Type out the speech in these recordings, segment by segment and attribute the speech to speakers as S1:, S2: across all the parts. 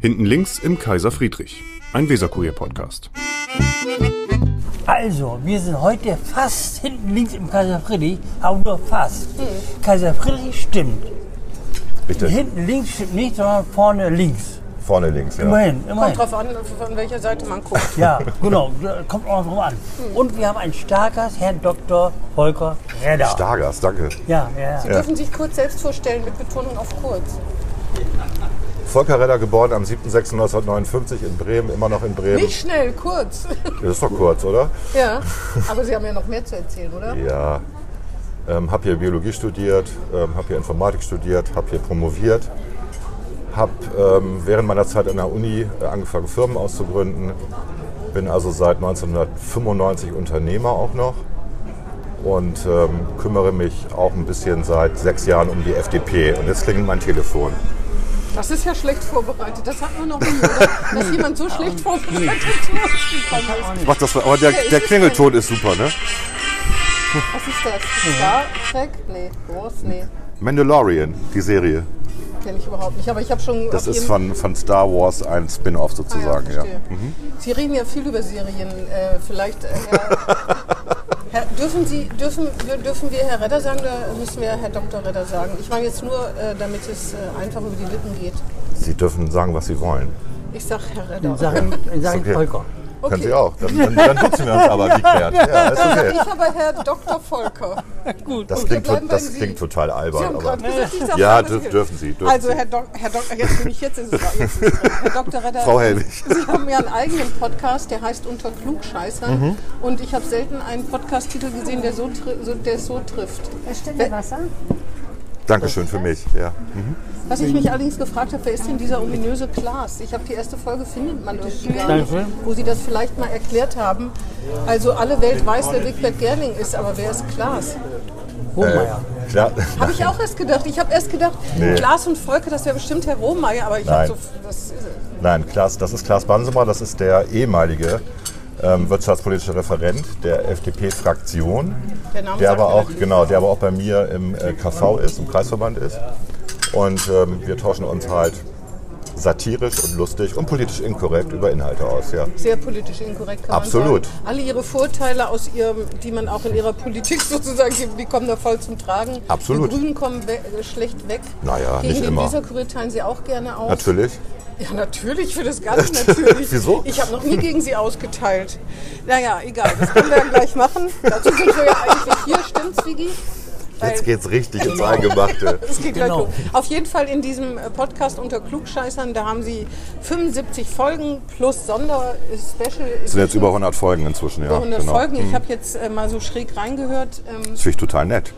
S1: Hinten links im Kaiser Friedrich, ein Weserkurier-Podcast.
S2: Also, wir sind heute fast hinten links im Kaiser Friedrich, aber nur fast.
S3: Hm.
S2: Kaiser Friedrich stimmt.
S4: Bitte.
S2: Hinten links stimmt nicht, sondern vorne links.
S4: Vorne links, ja.
S2: Immerhin, immerhin.
S3: Kommt drauf an, von welcher Seite man guckt.
S2: Ja, genau, da kommt auch noch drauf an.
S3: Hm.
S2: Und wir haben einen Stargast, Herrn Dr. Volker Redder.
S4: Stargast, danke.
S2: ja, ja, ja.
S3: Dürfen sich kurz selbst vorstellen, mit Betonung auf kurz.
S4: Volker Redder, geboren am 7.6.1959 in Bremen, immer noch in Bremen.
S3: Nicht schnell, kurz.
S4: Das ist doch kurz, oder?
S3: Ja, aber Sie haben ja noch mehr zu erzählen, oder?
S4: Ja. Ähm, hab hier Biologie studiert, ähm, hab hier Informatik studiert, hab hier promoviert, hab ähm, während meiner Zeit an der Uni äh, angefangen, Firmen auszugründen. Bin also seit 1995 Unternehmer auch noch und ähm, kümmere mich auch ein bisschen seit sechs Jahren um die FDP. Und jetzt klingelt mein Telefon.
S3: Das ist ja schlecht vorbereitet. Das hat man noch nie, oder? Dass jemand so schlecht vorbereitet zu uns gekommen ist.
S4: Macht das, aber der,
S3: ist
S4: der
S3: es
S4: Klingelton ist super, ne?
S3: Was ist das? Star Trek? Nee, Wars? Nee,
S4: Mandalorian, die Serie.
S3: kenne ich überhaupt nicht. Aber ich habe schon...
S4: Das
S3: auf
S4: ist
S3: jedem-
S4: von, von Star Wars ein Spin-off
S3: Ah, ja,
S4: sozusagen, ja. Mhm.
S3: verstehe. Sie reden ja viel über Serien. Äh, vielleicht, äh, Herr, Herr, dürfen, Sie, dürfen, wir- dürfen wir Herr Redder sagen oder müssen wir Herr Dr. Redder sagen? Ich meine jetzt nur, äh, damit es äh, einfach über die Lippen geht.
S4: Sie dürfen sagen, was Sie wollen.
S3: Ich sag Herr Redder.
S2: Sag ich, sag ich
S4: Okay.
S2: Volker.
S4: Können Sie auch. Dann, dann, dann duzen wir uns aber geklärt. Ja, ist okay.
S3: Ich habe Herr Dr. Volker.
S2: Gut.
S4: Das
S3: Gut, wir
S4: klingt, to-
S3: bleiben bei
S4: das
S3: Sie. um
S4: klingt total
S3: Sie
S4: albern.
S3: haben
S4: Aber
S3: gerade gesagt, ich sag
S4: ja,
S3: sagen, was
S4: dür-
S3: ich will.
S4: dürfen Sie. Dürfen
S3: Also
S4: Sie.
S3: Herr, Dok Herr Dok jetzt bin ich jetzt ist es dran, jetzt ist es dran. Herr Dr. Redder.
S4: Frau Helwig.
S3: Sie haben ja einen eigenen Podcast, der heißt Unter Klugscheißern.
S4: Mhm.
S3: Und ich habe selten einen Podcast-Titel gesehen, der so, tri- so, der so trifft.
S5: Stille Wasser?
S4: Dankeschön für mich. Ja.
S3: Was ich mich allerdings gefragt habe, wer ist denn dieser ominöse Klaas? Ich habe die erste Folge, findet man irgendwie gar nicht,
S2: Dankeschön.
S3: wo Sie das vielleicht mal erklärt haben. Also alle Welt weiß, wer Wigbert Gerling ist, aber wer ist Klaas?
S2: Hohmeier.
S4: Äh, Klar.
S3: Habe ich auch erst gedacht. Ich habe erst gedacht,
S4: Nee.
S3: Klaas und Volker, das wäre bestimmt Herr Rohmeier, aber ich
S4: Nein.
S3: habe so... Das,
S4: Nein, Klaas, das ist Klaas Bansemer, das ist der ehemalige ähm, wirtschaftspolitische Referent der FDP-Fraktion,
S3: Der Name
S4: der
S3: sagt
S4: aber
S3: mir
S4: auch
S3: natürlich
S4: genau, der aber auch bei mir im äh, KV ist, im Kreisverband ist. Und ähm, wir tauschen uns halt satirisch und lustig und politisch inkorrekt über Inhalte aus. Ja.
S3: sehr politisch inkorrekt. Kann
S4: Absolut.
S3: Man sagen. Alle ihre Vorteile, aus ihrem, die man auch in ihrer Politik sozusagen gibt, die kommen da voll zum Tragen.
S4: Absolut.
S3: Die Grünen kommen we äh, schlecht weg.
S4: Naja,
S3: Gegen
S4: nicht
S3: den
S4: immer.
S3: Weserkurier teilen sie auch gerne aus.
S4: Natürlich.
S3: Ja, natürlich, für das Ganze natürlich.
S4: Wieso?
S3: Ich habe noch nie gegen sie ausgeteilt. Naja, egal, das können wir ja gleich machen. Dazu sind wir ja eigentlich hier, stimmt's, Vigi? Weil-
S4: Jetzt geht's richtig ins Eingemachte.
S3: Es geht
S2: Genau.
S3: gleich los. Auf jeden Fall in diesem äh, Podcast unter Klugscheißern, da haben sie 75 Folgen plus äh, Sonder-Special.
S4: Es sind jetzt über 100 Folgen inzwischen, ja.
S3: über 100
S4: genau.
S3: Folgen. Ich
S4: Mhm.
S3: habe jetzt äh, mal so schräg reingehört. Ähm,
S4: Das finde ich total nett.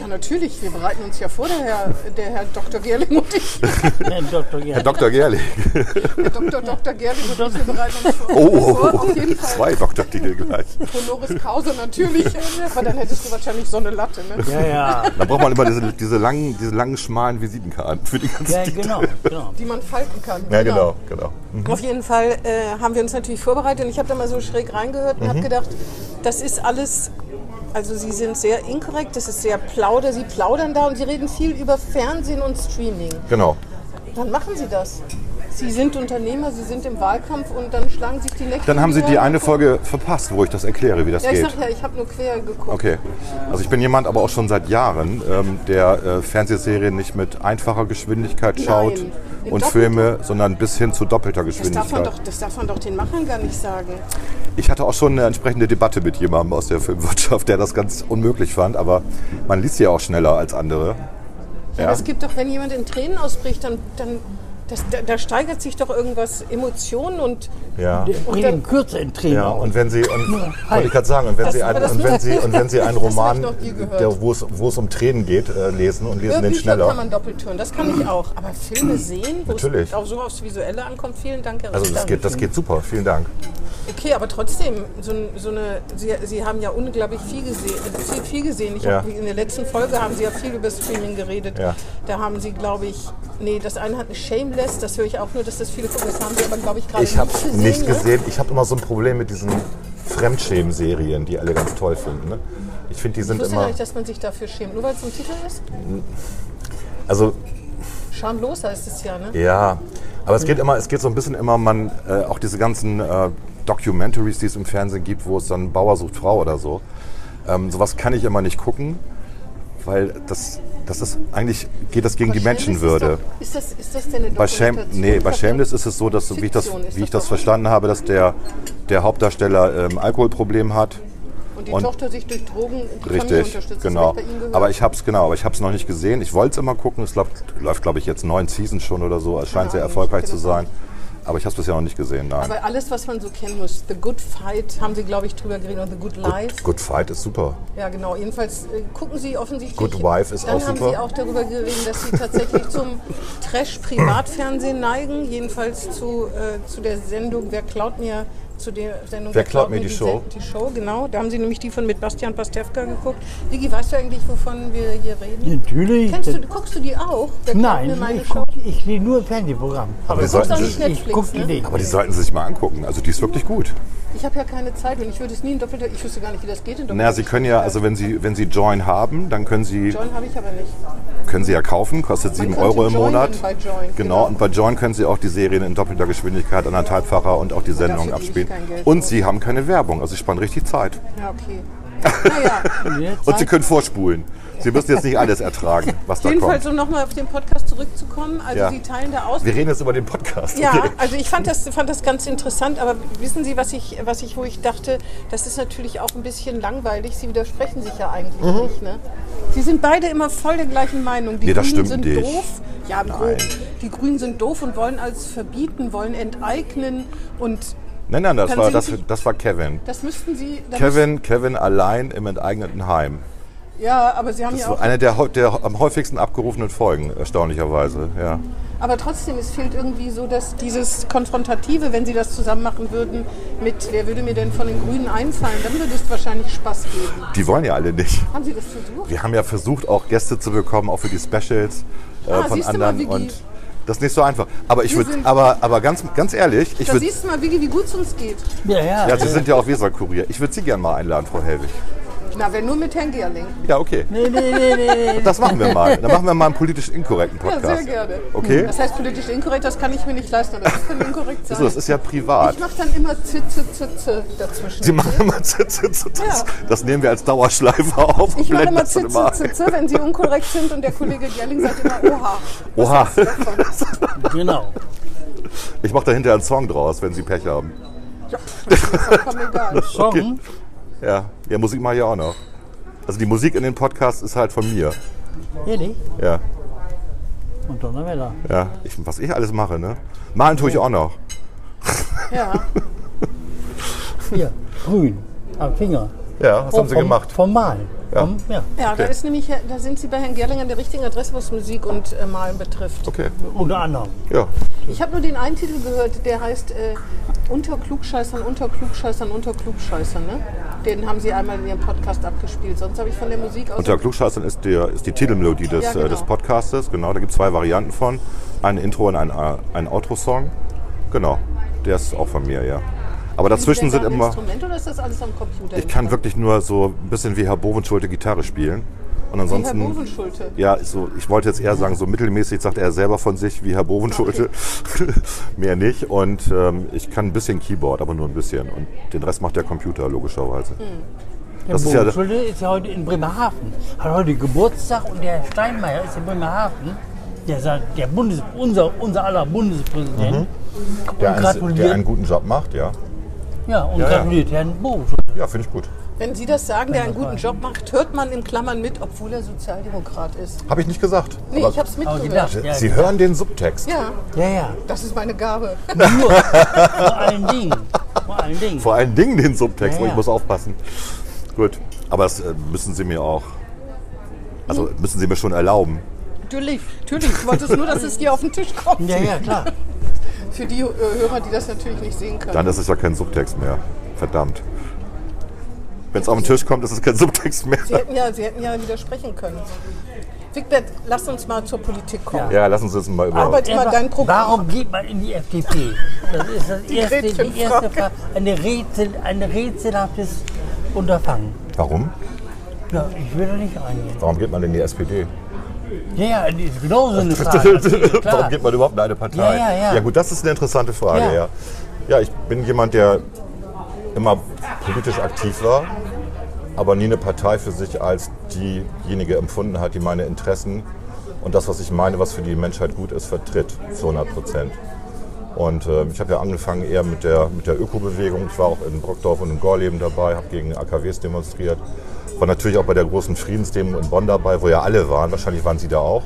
S3: ja, natürlich, wir bereiten uns ja vor, der Herr, der Herr Dr. Gerling und ich.
S2: Herr Dr.
S4: Herr
S2: Gerling.
S4: Dr. Gerlich.
S3: Der Dr. Dr. Gerling und ich, wir bereiten uns vor.
S4: Oh,
S3: vor auf jeden Fall.
S4: zwei Doktortitel gleich.
S3: Honoris Causa natürlich, äh, aber dann hättest du wahrscheinlich so eine Latte. Ne?
S2: Ja, ja.
S4: Da braucht man immer diese, diese, langen, diese langen, schmalen Visitenkarten für die ganzen
S2: Ja,
S4: Titel.
S2: genau, genau.
S3: Die man falten kann.
S4: Ja, genau, genau.
S3: Auf jeden Fall äh, haben wir uns natürlich vorbereitet und ich habe da mal so schräg reingehört und habe
S4: Mhm.
S3: gedacht, das ist alles, also sie sind sehr inkorrekt, das ist sehr plauder, sie plaudern da und sie reden viel über Fernsehen und Streaming.
S4: Genau.
S3: Wann machen sie das? Sie sind Unternehmer, sie sind im Wahlkampf und dann schlagen sich die Nächte.
S4: Dann haben Sie die
S3: wieder.
S4: eine Folge verpasst, wo ich das erkläre, wie das
S3: Ja, ich
S4: geht.
S3: sag ja, ich habe nur quer geguckt.
S4: Okay. Also ich bin jemand, aber auch schon seit Jahren, ähm, der äh, Fernsehserien nicht mit einfacher Geschwindigkeit schaut
S3: in
S4: und
S3: doppelter.
S4: Filme, sondern bis hin zu doppelter
S3: Das darf, man
S4: Geschwindigkeit.
S3: doch, das darf man doch den Machern gar nicht sagen.
S4: Ich hatte auch schon eine entsprechende Debatte mit jemandem aus der Filmwirtschaft, der das ganz unmöglich fand, aber man liest ja auch schneller als andere.
S3: Ja. Aber es gibt doch, wenn jemand in Tränen ausbricht, dann, dann das, da, da steigert sich doch irgendwas Emotionen und
S4: Ja.
S2: Reden kürzer in Tränen
S4: Ja,
S2: aus.
S4: und wenn Sie, und, wollte
S2: hi.
S4: ich gerade sagen, und wenn, Sie einen,
S3: Genau. halt.
S4: und,
S3: das
S4: wenn Sie, und wenn Sie einen Roman,
S3: Das hab ich noch nie gehört.
S4: der, wo, es, wo es um Tränen geht, äh, lesen und lesen den
S3: Bücher kann
S4: schneller.
S3: man doppelt hören, das kann ich auch. Aber Filme sehen, wo es
S4: Natürlich.
S3: auch so aufs Visuelle ankommt, vielen Dank, Herr
S4: Also das
S3: Richter.
S4: geht, das geht super, vielen Dank.
S3: Okay, aber trotzdem, so, ein- so eine, Sie, Sie haben ja unglaublich viel gesehen. Viel, viel gesehen. Ich
S4: Ja.
S3: hab, in der letzten Folge haben Sie ja viel über Streaming geredet.
S4: Ja.
S3: Da haben Sie, glaube ich, nee, das eine hat ein Shameless, das höre ich auch nur, dass das viele gucken. Das haben Sie aber, glaube ich, gerade
S4: Ich habe
S3: nicht gesehen.
S4: nicht
S3: ne?
S4: gesehen, ich habe immer so ein Problem mit diesen Fremdschämen-Serien, die alle ganz toll finden. Ne? Ich finde, die
S3: Ich
S4: sind
S3: wusste gar
S4: immer,
S3: nicht, dass man sich dafür schämt. Nur weil es ein Titel ist?
S4: also
S3: Schamlos heißt es ja, ne?
S4: ja, Aber es geht immer, es geht so ein bisschen immer, man, äh, auch diese ganzen äh, Documentaries, die es im Fernsehen gibt, wo es dann Bauer sucht Frau oder so. Ähm, sowas kann ich immer nicht gucken, weil das, das ist eigentlich, geht das gegen die
S3: Shameless
S4: Menschenwürde.
S3: Ist, doch, ist, das, ist das denn eine
S4: Bei, Shame, nee, bei Shameless ist es so, dass, wie ich das,
S3: Fiktion ist
S4: wie ich das
S3: das doch.
S4: verstanden habe, dass der, der Hauptdarsteller ähm, Alkoholproblem hat.
S3: Und die
S4: und-
S3: Tochter sich durch Drogen die Familie
S4: Richtig,
S3: unterstützt.
S4: genau.
S3: Das hab ich bei Ihnen gehört.
S4: Aber ich habe es genau, aber ich habe es noch nicht gesehen. Ich wollte es immer gucken. Es läuft, läuft glaube ich, jetzt neun Seasons schon oder so. Es scheint sehr
S3: Ahnung,
S4: erfolgreich
S3: ich
S4: zu
S3: kenn
S4: sein.
S3: das
S4: Aber ich habe es bisher noch nicht gesehen. Nein.
S3: Aber alles, was man so kennen muss, The Good Fight haben Sie, glaube ich, drüber geredet und The Good Life.
S4: Good Fight ist super.
S3: Ja, genau. Jedenfalls äh, gucken Sie offensichtlich.
S4: Good Wife also ist
S3: Dann
S4: auch
S3: haben
S4: super.
S3: Sie auch darüber geredet, dass Sie tatsächlich zum Trash-Privatfernsehen neigen. Jedenfalls zu, äh, zu der Sendung Wer klaut mir? Zu der Sendung
S4: Wer klaut mir die Show?
S3: Se- Die Show, genau. Da haben Sie nämlich die von mit Bastian Pastewka geguckt. Digi, weißt du eigentlich, wovon wir hier reden?
S2: Natürlich.
S3: Kennst du, guckst du die auch? Wer klaut mir
S2: Nein,
S3: meine
S2: ich,
S3: Show?
S2: guck, ich sehe nur Fernsehprogramm. Aber
S4: wir
S2: guck
S4: sollten-
S2: doch nicht
S4: ich
S2: Netflix, guck die
S3: ne?
S2: nicht.
S4: Aber die sollten Sie sich mal angucken. Also die ist wirklich gut.
S3: Ich habe ja keine Zeit und ich würde es nie in doppelter. Ich wüsste gar nicht, wie das geht in doppelter.
S4: Naja, Sie können ja, also wenn Sie, wenn Sie Join haben, dann können Sie,
S3: John habe ich aber nicht.
S4: können Sie ja kaufen, kostet 7
S3: könnte
S4: Euro im
S3: joinen
S4: Monat.
S3: bei Join,
S4: genau,
S3: genau.
S4: und bei Join können Sie auch die Serien in doppelter Geschwindigkeit, anderthalbfacher und auch die Sendungen
S3: verdiene ich
S4: abspielen.
S3: kein Geld.
S4: Und Sie haben keine Werbung, also Sie sparen richtig Zeit.
S3: Ja, okay. Naja.
S4: Und Sie können vorspulen. Sie müssen jetzt nicht alles ertragen, was da
S3: Jedenfalls,
S4: kommt.
S3: um nochmal auf den Podcast zurückzukommen, also
S4: Ja.
S3: Sie teilen da aus.
S4: Wir reden jetzt über den Podcast.
S3: Ja,
S4: okay?
S3: also ich fand das, fand das ganz interessant, aber wissen Sie, was ich, was ich, wo ich dachte, das ist natürlich auch ein bisschen langweilig. Sie widersprechen sich ja eigentlich nicht, ne? Sie sind beide immer voll der gleichen Meinung. Die
S4: Mhm. Nee, das
S3: Grünen
S4: stimmt
S3: sind
S4: nicht.
S3: doof. Ja, im
S4: Nein.
S3: Groben. Die Grünen sind doof und wollen alles verbieten, wollen enteignen und
S4: Nein, nein, das
S3: Dann
S4: war,
S3: sind
S4: das,
S3: Sie-
S4: das war Kevin.
S3: das müssten Sie. da
S4: Kevin, Kevin allein im enteigneten Heim.
S3: müssen- Ja, aber Sie haben
S4: Das
S3: ja
S4: war
S3: auch.
S4: eine der, hau- der am häufigsten abgerufenen Folgen, erstaunlicherweise. Ja.
S3: Aber trotzdem, es fehlt irgendwie so, dass dieses Konfrontative, wenn Sie das zusammen machen würden mit, wer würde mir denn von den Grünen einfallen, dann würde es wahrscheinlich Spaß geben.
S4: Die wollen ja alle nicht.
S3: Haben Sie das versucht?
S4: Wir haben ja versucht, auch Gäste zu bekommen, auch für die Specials äh,
S3: Ah,
S4: von
S3: siehst du mal,
S4: anderen.
S3: Vicky.
S4: und das ist nicht so einfach. Aber ich
S3: Wir
S4: würde,
S3: sind-
S4: aber, aber ganz, ganz ehrlich, ich
S3: Da
S4: würde.
S3: siehst du mal, Vicky, wie gut es uns geht.
S2: Ja, ja.
S4: Ja, Sie sind ja auch Weser-Kurier. Ich würde Sie gerne mal einladen, Frau Helwig.
S3: Na, wenn nur mit Herrn Gerling.
S4: Ja, okay.
S2: Nee, nee, nee, nee, nee.
S4: Das machen wir mal. Dann machen wir mal einen politisch inkorrekten
S3: Ja,
S4: Podcast.
S3: sehr gerne. Hm.
S4: Okay?
S3: Das heißt politisch inkorrekt, das kann ich mir nicht leisten, aber das kann inkorrekt sein.
S4: So, das ist ja privat.
S3: ich mache dann immer z z z z dazwischen.
S4: Sie machen immer z, z, z, das,
S3: Ja.
S4: das nehmen wir als Dauerschleifer auf. und
S3: ich mache
S4: blenden
S3: immer
S4: das dann
S3: z z z z, wenn sie unkorrekt sind und der Kollege Gerling sagt immer Oha.
S4: ein. Oha,
S2: Genau.
S4: ich mache da hinterher einen Song draus, wenn Sie Pech haben.
S3: Vollkommen egal.
S2: Song.
S4: Ja, ja Musik mache ich auch noch. Also die Musik in den Podcasts ist halt von mir.
S2: Ehrlich?
S4: Ja,
S2: Und Donnerwetter.
S4: ja. Ich, was ich alles mache, ne? Malen tue ich auch noch.
S3: Ja.
S2: Hier, grün. Am Finger.
S4: Ja, was haben
S3: Oh,
S4: Sie
S3: um-
S2: vom,
S4: gemacht?
S2: Vom Malen. Vom, ja.
S3: Ja, da
S4: Okay.
S3: ist nämlich, äh, da sind Sie bei Herrn Gerling an der richtigen Adresse, was Musik und äh, Malen betrifft.
S4: Okay,
S2: Unter anderem.
S4: ja.
S3: Ich habe nur den einen Titel gehört, der heißt äh, Unter Klugscheißern, unter Klugscheißern, unter Klugscheißern. Ne? Den haben Sie einmal in Ihrem Podcast abgespielt. Sonst habe ich von der Musik aus.
S4: Unter Klugscheißern ist, der, ist die Titelmelodie des,
S3: Ja, genau.
S4: äh, des Podcastes. Genau, da gibt es zwei Varianten von. Ein Intro und ein, äh, ein Outro-Song. Genau, der ist auch von mir, ja. Aber dazwischen
S3: Ist
S4: sind
S3: der da ein
S4: immer...
S3: Instrument oder ist das alles am Computer?
S4: Ich kann wirklich nur so ein bisschen wie Herr Bovenschulte Gitarre spielen. Und
S3: Wie Herr
S4: ansonsten,
S3: Bovenschulte.
S4: ja, so, ich wollte jetzt eher sagen, so mittelmäßig sagt er selber von sich wie Herr Bovenschulte. Mehr nicht. Und ähm, ich kann ein bisschen Keyboard, aber nur ein bisschen. Und den Rest macht der Computer, logischerweise.
S3: Hm.
S2: Der
S4: Das ist ja-
S2: Bogenschulde ist ja heute in Bremerhaven. Hat heute Geburtstag und der Herr Steinmeier ist in Bremerhaven. Der, sagt, der Bundes, unser, unser aller
S4: Mhm.
S2: Bundespräsident. und gratuliert.
S4: guten Job macht, ja.
S2: ja, und
S4: Ja, ja.
S2: gratuliert Herrn Bogenschulde.
S4: Ja, finde ich gut.
S3: Wenn Sie das sagen, der einen guten Job macht, hört man in Klammern mit, obwohl er Sozialdemokrat ist.
S4: Habe ich nicht gesagt.
S3: Nee, ich habe es
S2: Aber
S3: mitgehört.
S2: gedacht, ja,
S4: Sie hören den Subtext.
S3: Ja,
S2: ja, ja.
S3: das ist meine Gabe.
S2: Nur, vor allen Dingen. Vor allen Dingen.
S4: Vor allen Dingen den Subtext,
S2: Ja,
S4: wo ich
S2: ja.
S4: muss aufpassen. Gut, aber das äh, müssen Sie mir auch, also
S3: Hm?
S4: müssen Sie mir schon erlauben.
S3: Natürlich, natürlich. Ich wollte es nur, dass es hier auf den Tisch kommt.
S2: ja, ja, klar.
S3: Für die äh, Hörer, die das natürlich nicht sehen können.
S4: Dann ist es ja kein Subtext mehr. Verdammt. Wenn es auf den Tisch kommt, ist es kein Subtext mehr.
S3: Sie hätten ja, Sie hätten ja widersprechen können. Wigbert, lass uns mal zur Politik kommen.
S4: Ja, lass uns jetzt mal über.
S3: Arbeit- Mal dein Programm.
S2: Warum geht man in die FDP? Das ist das erste, die erste
S3: Gretchenfrage.
S2: Frage. Eine Rätsel, ein rätselhaftes Unterfangen.
S4: Warum?
S2: Ja, ich will da nicht reingehen.
S4: Warum geht man denn in die SPD?
S2: Ja, ja, die ist genau so eine Frage. natürlich,
S4: Warum
S2: Klar.
S4: geht man überhaupt in eine Partei?
S2: Ja, ja, ja.
S4: gut, das ist eine interessante Frage,
S2: Ja.
S4: ja. ja. ich bin jemand, der immer politisch aktiv war, aber nie eine Partei für sich als diejenige empfunden hat, die meine Interessen und das, was ich meine, was für die Menschheit gut ist, vertritt zu 100 Prozent. Und ähm, ich habe ja angefangen eher mit der, mit der Ökobewegung. Ich war auch in Brockdorf und in Gorleben dabei, habe gegen AKWs demonstriert. War natürlich auch bei der großen Friedensdemo in Bonn dabei, wo ja alle waren. Wahrscheinlich waren Sie da auch.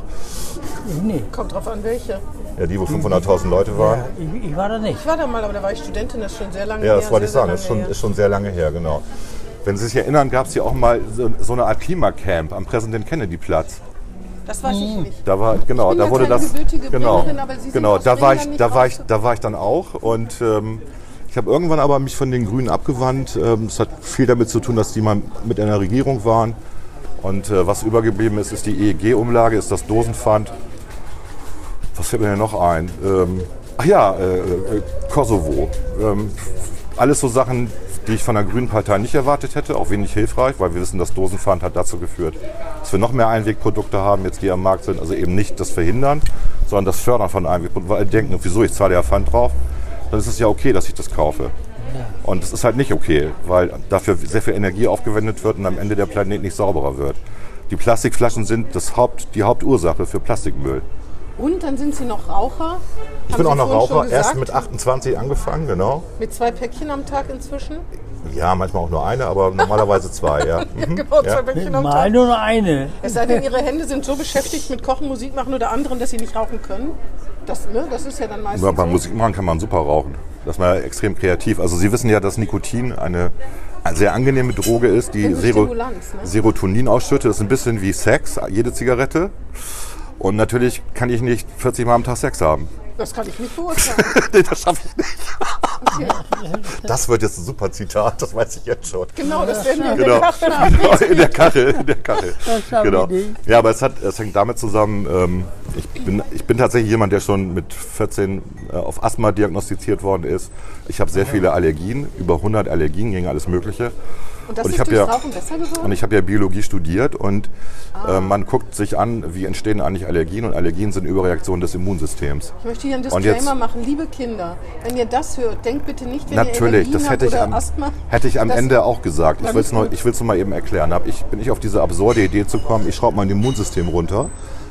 S2: Nee,
S3: Kommt drauf an, welche.
S4: Ja, die, wo 500.000 Leute waren.
S2: ich, ich war da nicht.
S3: Ich war da mal, aber da war ich Studentin, das ist schon sehr lange
S4: Ja,
S3: her.
S4: das wollte ich
S3: sehr,
S4: sagen.
S3: sehr
S4: Das ist schon,
S3: lange
S4: ist schon sehr lange her, genau. Wenn Sie sich erinnern, gab es hier auch mal so, so eine Art Klimacamp am Präsident Kennedy Platz.
S3: her. das weiß ich nicht.
S4: Da war genau,
S3: bin
S4: da
S3: ja
S4: wurde
S3: keine
S4: das
S3: gebürtige
S4: genau,
S3: Bremerin, aber Sie sind
S4: genau.
S3: aus
S4: Da war
S3: Bremen
S4: ich,
S3: dann
S4: da
S3: nicht
S4: war ich, da war ich dann auch und ähm, ich habe irgendwann aber mich von den Grünen abgewandt. Ähm, Es hat viel damit zu tun, dass die mal mit in der Regierung waren und äh, was übergeblieben ist, ist die EEG-Umlage, ist das Dosenpfand. Was fällt mir denn noch ein? Ähm, ach ja, äh, äh, Kosovo. Ähm, alles so Sachen, die ich von der Grünen Partei nicht erwartet hätte, auch wenig hilfreich, weil wir wissen, das Dosenpfand hat dazu geführt, dass wir noch mehr Einwegprodukte haben, jetzt die am Markt sind. Also eben nicht das Verhindern, sondern das Fördern von Einwegprodukten. Weil alle denken, wieso, ich zahle ja Pfand drauf, dann ist es ja okay, dass ich das kaufe. Und das ist halt nicht okay, weil dafür sehr viel Energie aufgewendet wird und am Ende der Planet nicht sauberer wird. Die Plastikflaschen sind das Haupt, die Hauptursache für Plastikmüll.
S3: Und dann sind Sie noch Raucher.
S4: Ich bin auch noch Raucher, erst mit 28 angefangen, genau.
S3: Mit zwei Päckchen am Tag inzwischen.
S4: Ja, manchmal auch nur eine, aber normalerweise zwei, ja. Mhm.
S3: Genau, zwei
S4: Ja.
S3: Päckchen am
S2: Mal
S3: Tag.
S2: nur noch eine.
S3: Es sei denn, Ihre Hände sind so beschäftigt mit Kochen, Musik machen oder anderen, dass Sie nicht rauchen können. Das, ne, das ist ja dann meistens.
S4: Ja, Bei
S3: so.
S4: Musik machen kann man super rauchen. Das ist mal extrem kreativ. Also Sie wissen ja, dass Nikotin eine sehr angenehme Droge ist, die
S3: Eine
S4: Sero
S3: Stimulanz, ne?
S4: Serotonin ausschüttet. Das ist ein bisschen wie Sex, jede Zigarette. Und natürlich kann ich nicht 40 Mal am Tag Sex haben.
S3: Das kann ich nicht beurteilen.
S4: Nee, das schaffe ich nicht. Das wird jetzt ein super Zitat, das weiß ich jetzt schon.
S3: Genau, das werden wir in
S4: Genau.
S3: der Kachel haben.
S4: Genau, in der Kachel, in der Kachel.
S2: schaffen
S4: Genau.
S2: wir nicht.
S4: Ja, aber es, hat, es hängt damit zusammen, ähm, ich, bin, ich bin tatsächlich jemand, der schon mit 14 äh, auf Asthma diagnostiziert worden ist. Ich habe sehr viele Allergien, über 100 Allergien gegen alles Mögliche.
S3: Und das
S4: Und ich
S3: ist
S4: hab
S3: durchs
S4: ja-
S3: Rauchen besser Ah.
S4: Und
S3: geworden?
S4: ich habe ja Biologie studiert und äh, man guckt sich an, wie entstehen eigentlich Allergien und Allergien sind Überreaktionen des Immunsystems.
S3: Ich möchte hier einen
S4: Und
S3: Disclaimer
S4: jetzt-
S3: machen. Liebe Kinder, wenn ihr das hört, denkt bitte nicht, wenn
S4: Natürlich,
S3: ihr Allergien
S4: das
S3: habt
S4: hätte ich,
S3: oder
S4: am,
S3: Asthma.
S4: hätte ich am
S3: das-
S4: Ende auch gesagt. Ich
S3: Dann
S4: will es
S3: ist
S4: nur,
S3: gut.
S4: ich will's nur mal eben erklären. Hab ich, bin ich auf diese absurde Idee zu kommen, ich schraube mein Immunsystem runter,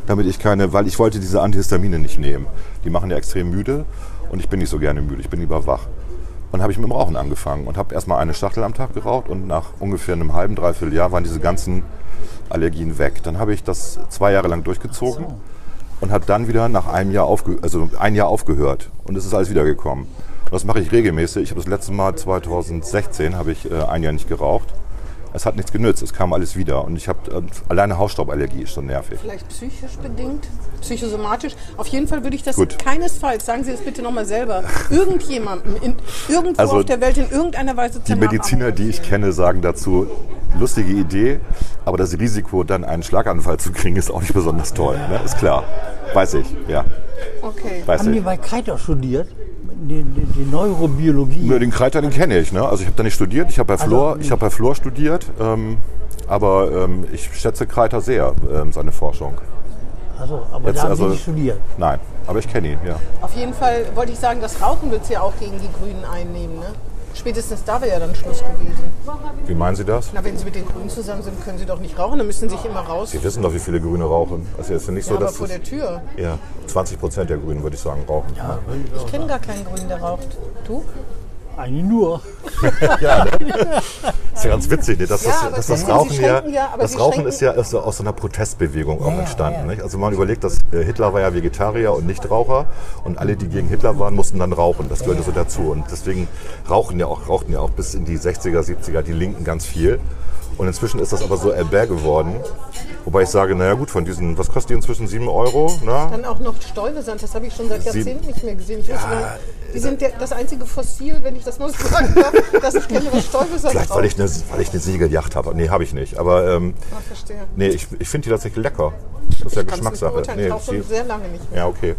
S4: damit ich keine, weil ich wollte diese Antihistamine nicht nehmen. Die machen ja extrem müde und ich bin nicht so gerne müde, ich bin lieber wach. Und habe ich mit dem Rauchen angefangen und habe erstmal eine Schachtel am Tag geraucht und nach ungefähr einem halben, dreiviertel Jahr waren diese ganzen Allergien weg. Dann habe ich das zwei Jahre lang durchgezogen und habe dann wieder nach einem Jahr, aufge also ein Jahr aufgehört und es ist alles wiedergekommen. Und das mache ich regelmäßig. Ich habe das letzte Mal 2016 habe ich äh, ein Jahr nicht geraucht. Es hat nichts genützt, es kam alles wieder und ich habe äh, alleine Hausstauballergie ist schon nervig.
S3: Vielleicht psychisch bedingt, psychosomatisch. Auf jeden Fall würde ich das
S4: Gut.
S3: keinesfalls, sagen Sie es bitte nochmal selber, irgendjemandem in, irgendwo
S4: Also,
S3: auf der Welt in irgendeiner Weise
S4: Die
S3: zur
S4: Mediziner,
S3: Nachahmung
S4: die ich kenne, sagen dazu lustige Idee, aber das Risiko dann einen Schlaganfall zu kriegen ist auch nicht besonders toll, ne? Ist klar. Weiß ich, ja,
S3: empfehlen. Okay.
S4: weiß
S2: Haben die
S4: ich.
S2: bei Kreiter studiert? Die, die, die Neurobiologie.
S4: Ja, Den Kreiter, den kenne ich. Ne? Also ich habe da nicht studiert. Ich habe
S3: Also,
S4: bei Flor,
S3: hm.
S4: ich habe bei Flor studiert. Ähm, aber ähm, ich schätze Kreiter sehr, ähm, seine Forschung.
S2: Also, aber
S4: Jetzt
S2: da haben
S4: also-
S2: die nicht studiert.
S4: Nein, aber ich kenne ihn, ja.
S3: Auf jeden Fall wollte ich sagen, das Rauchen wird es ja auch gegen die Grünen einnehmen. Ne? Spätestens da wäre ja dann Schluss gewesen.
S4: Wie meinen Sie das?
S3: Na, wenn Sie mit den Grünen zusammen sind, können Sie doch nicht rauchen, dann müssen Sie sich immer raus.
S4: Sie wissen doch, wie viele Grüne rauchen. Also es ist ja nicht so,
S3: aber
S4: dass
S3: vor der
S4: das,
S3: Tür.
S4: ja, 20 Prozent der Grünen, würde ich sagen, rauchen. Ja,
S3: Ich kenne gar keinen Grünen, der raucht. Du?
S2: Eine nur.
S4: ist ja ganz witzig, ne? dass,
S3: Ja,
S4: das,
S3: aber
S4: dass
S3: Sie-
S4: das
S3: Sie
S4: Rauchen ja,
S3: schränken ja- aber
S4: das
S3: Sie
S4: Rauchen
S3: schränken-
S4: ist ja aus, so- aus so einer Protestbewegung auch entstanden.
S2: ja.
S4: Nicht? Also wenn man überlegt, dass äh, Hitler war ja Vegetarier und Nichtraucher und alle, die gegen Hitler waren, mussten dann rauchen. Das gehörte so dazu. Und deswegen rauchen ja auch, rauchten ja auch bis in die 60er, 70er die Linken ganz viel. Und inzwischen ist das aber so elbär geworden. Wobei ich sage, naja gut, von diesen, was kostet die inzwischen? 7 Euro? Na?
S3: Dann auch noch Stäubesand, das habe ich schon seit
S4: Sie- also
S3: Jahrzehnten nicht mehr gesehen. Ich weiß gar nicht, die sind der, das einzige Fossil, wenn ich das mal so sagen darf, dass ich kenne, was Stäubesand
S4: Vielleicht, weil
S3: raucht.
S4: ich eine, weil ich eine Siegeljagd habe. Nee, habe ich nicht. Aber ähm,
S3: Ah, verstehe.
S4: nee, ich, ich finde die tatsächlich lecker. Das ist ja
S3: Kannst nicht
S4: Geschmackssache.
S3: beurteilen,
S4: Nee,
S3: ich rauche schon
S4: die-
S3: sehr lange nicht mehr.
S4: Ja, okay.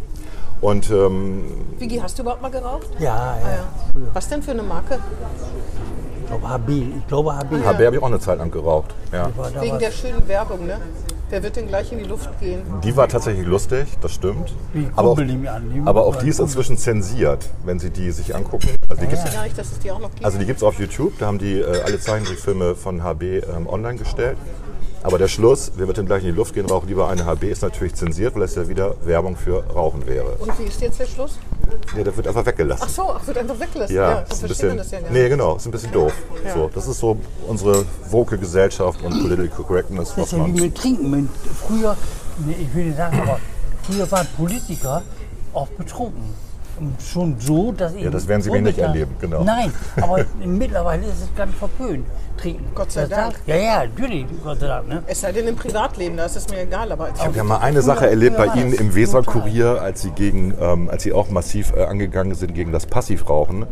S4: Und ähm,
S3: Vicky, hast du überhaupt mal geraucht?
S2: Ja,
S3: Ah,
S2: ja.
S3: ja. Was denn für eine Marke?
S2: Ich glaube HB. Ich glaube HB.
S4: HB habe ich auch eine Zeit lang geraucht. Ja.
S2: War da
S3: Wegen
S2: was.
S3: der schönen Werbung, ne? Wer wird denn gleich in die Luft gehen?
S4: Die war tatsächlich lustig, das stimmt.
S2: Die
S4: Aber auch,
S2: Kumpel, die mir annehmen.
S4: aber auch die ist inzwischen zensiert, wenn Sie die sich angucken. Also die gibt's,
S3: Gar nicht, dass es die auch noch gibt.
S4: also die gibt's auf YouTube, da haben die äh, alle Zeichentrickfilme von HB ähm, online gestellt. Aber der Schluss, wir mit dem gleich in die Luft gehen, rauchen lieber eine HB, ist natürlich zensiert, weil es ja wieder Werbung für Rauchen wäre.
S3: Und wie ist jetzt der Schluss?
S4: Ja, der wird einfach weggelassen.
S3: Ach so, ach, wird einfach weggelassen.
S4: Ja,
S3: da
S4: ist ein
S3: versteht
S4: bisschen.
S3: man das ja gar nicht.
S4: nee, genau, ist ein bisschen doof. So, das ist so unsere woke Gesellschaft und Political Correctness,
S2: Das
S4: was
S2: ist ja wie
S4: man.
S2: mit Trinken. Man, früher, nee, ich will nicht sagen, aber früher waren Politiker auch betrunken. Und schon so, dass ich.
S4: das werden Sie mir nicht
S2: Unbekannt-
S4: erleben, genau.
S2: Nein, aber mittlerweile ist es ganz verpönt, trinken.
S3: Gott sei
S2: Das
S3: Dank.
S2: sagt- Ja, ja, natürlich, Gott sei Dank. Ne?
S3: Es sei denn im Privatleben, da ist es mir egal, aber als
S4: Wir haben mal eine Sache
S2: Früher-
S4: erlebt bei
S2: früher war
S4: Ihnen
S2: das
S4: im Weser-Kurier,
S2: brutal.
S4: als Sie gegen, ähm, als Sie auch massiv äh, angegangen sind gegen das Passivrauchen.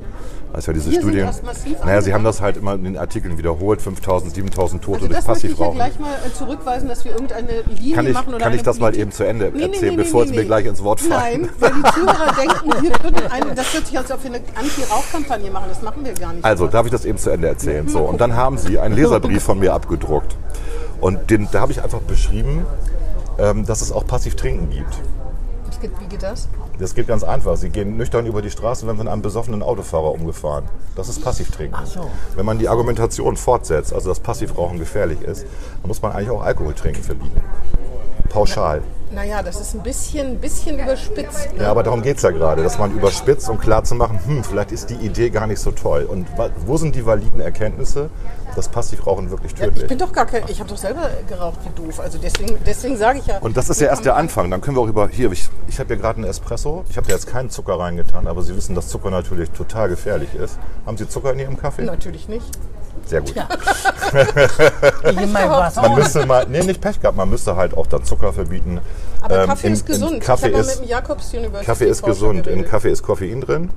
S4: Als ja diese
S3: Wir sind
S4: Studien.
S3: das massiv
S4: naja, Sie
S3: angegangen.
S4: haben das halt immer in den Artikeln wiederholt, 5000, 7000 Tote
S3: also
S4: durch
S3: das möchte ich ja
S4: Passivrauchen.
S3: gleich mal äh, zurückweisen, dass wir irgendeine Linie
S4: Kann ich-
S3: machen oder
S4: kann
S3: eine
S4: ich das mal
S3: Politik-
S4: eben zu Ende erzählen, bevor Sie mir gleich ins Wort fallen?
S3: Nein, weil die Zuhörer denken, wir würden eine, das hört sich an, als ob wir eine Anti-Rauch-Kampagne machen. Das machen wir gar nicht.
S4: Also, darf ich das eben zu Ende erzählen? So, und dann haben sie einen Leserbrief von mir abgedruckt. Und den, da habe ich einfach beschrieben, ähm, dass es auch passiv Trinken gibt.
S3: Es gibt, wie geht das?
S4: Das geht ganz einfach. Sie gehen nüchtern über die Straße und werden von einem besoffenen Autofahrer umgefahren. Das ist Passivtrinken.
S2: Ach so.
S4: Wenn man die Argumentation fortsetzt, also dass Passivrauchen gefährlich ist, dann muss man eigentlich auch Alkohol trinken verbieten. Pauschal.
S3: Naja, das ist ein bisschen, ein bisschen überspitzt.
S4: Ja, aber darum geht es ja gerade, dass man überspitzt, um klarzumachen, hm, vielleicht ist die Idee gar nicht so toll. Und wa- wo sind die validen Erkenntnisse, dass Passivrauchen wirklich tödlich
S3: Ich bin doch gar kein, ich habe doch selber geraucht, wie doof. Also deswegen, deswegen sage ich ja.
S4: Und das ist ja erst der Anfang. Dann können wir auch über. Hier, ich, ich habe ja gerade einen Espresso. Ich habe da jetzt keinen Zucker reingetan, aber Sie wissen, dass Zucker natürlich total gefährlich ist. Haben Sie Zucker in Ihrem Kaffee?
S3: Natürlich nicht.
S4: Sehr gut.
S2: Ich meine, was
S4: Man
S2: auch.
S4: müsste mal. Nee, nicht Pech gehabt. Man müsste halt auch da Zucker verbieten.
S3: Aber
S4: Ähm,
S3: Kaffee
S4: in-
S3: ist
S4: in
S3: gesund.
S4: Kaffee
S3: ich habe mal
S4: ist-
S3: mit dem Jakobs University
S4: Kaffee ist
S3: Forscher
S4: gesund. In
S3: geredet.
S4: Kaffee ist Koffein drin.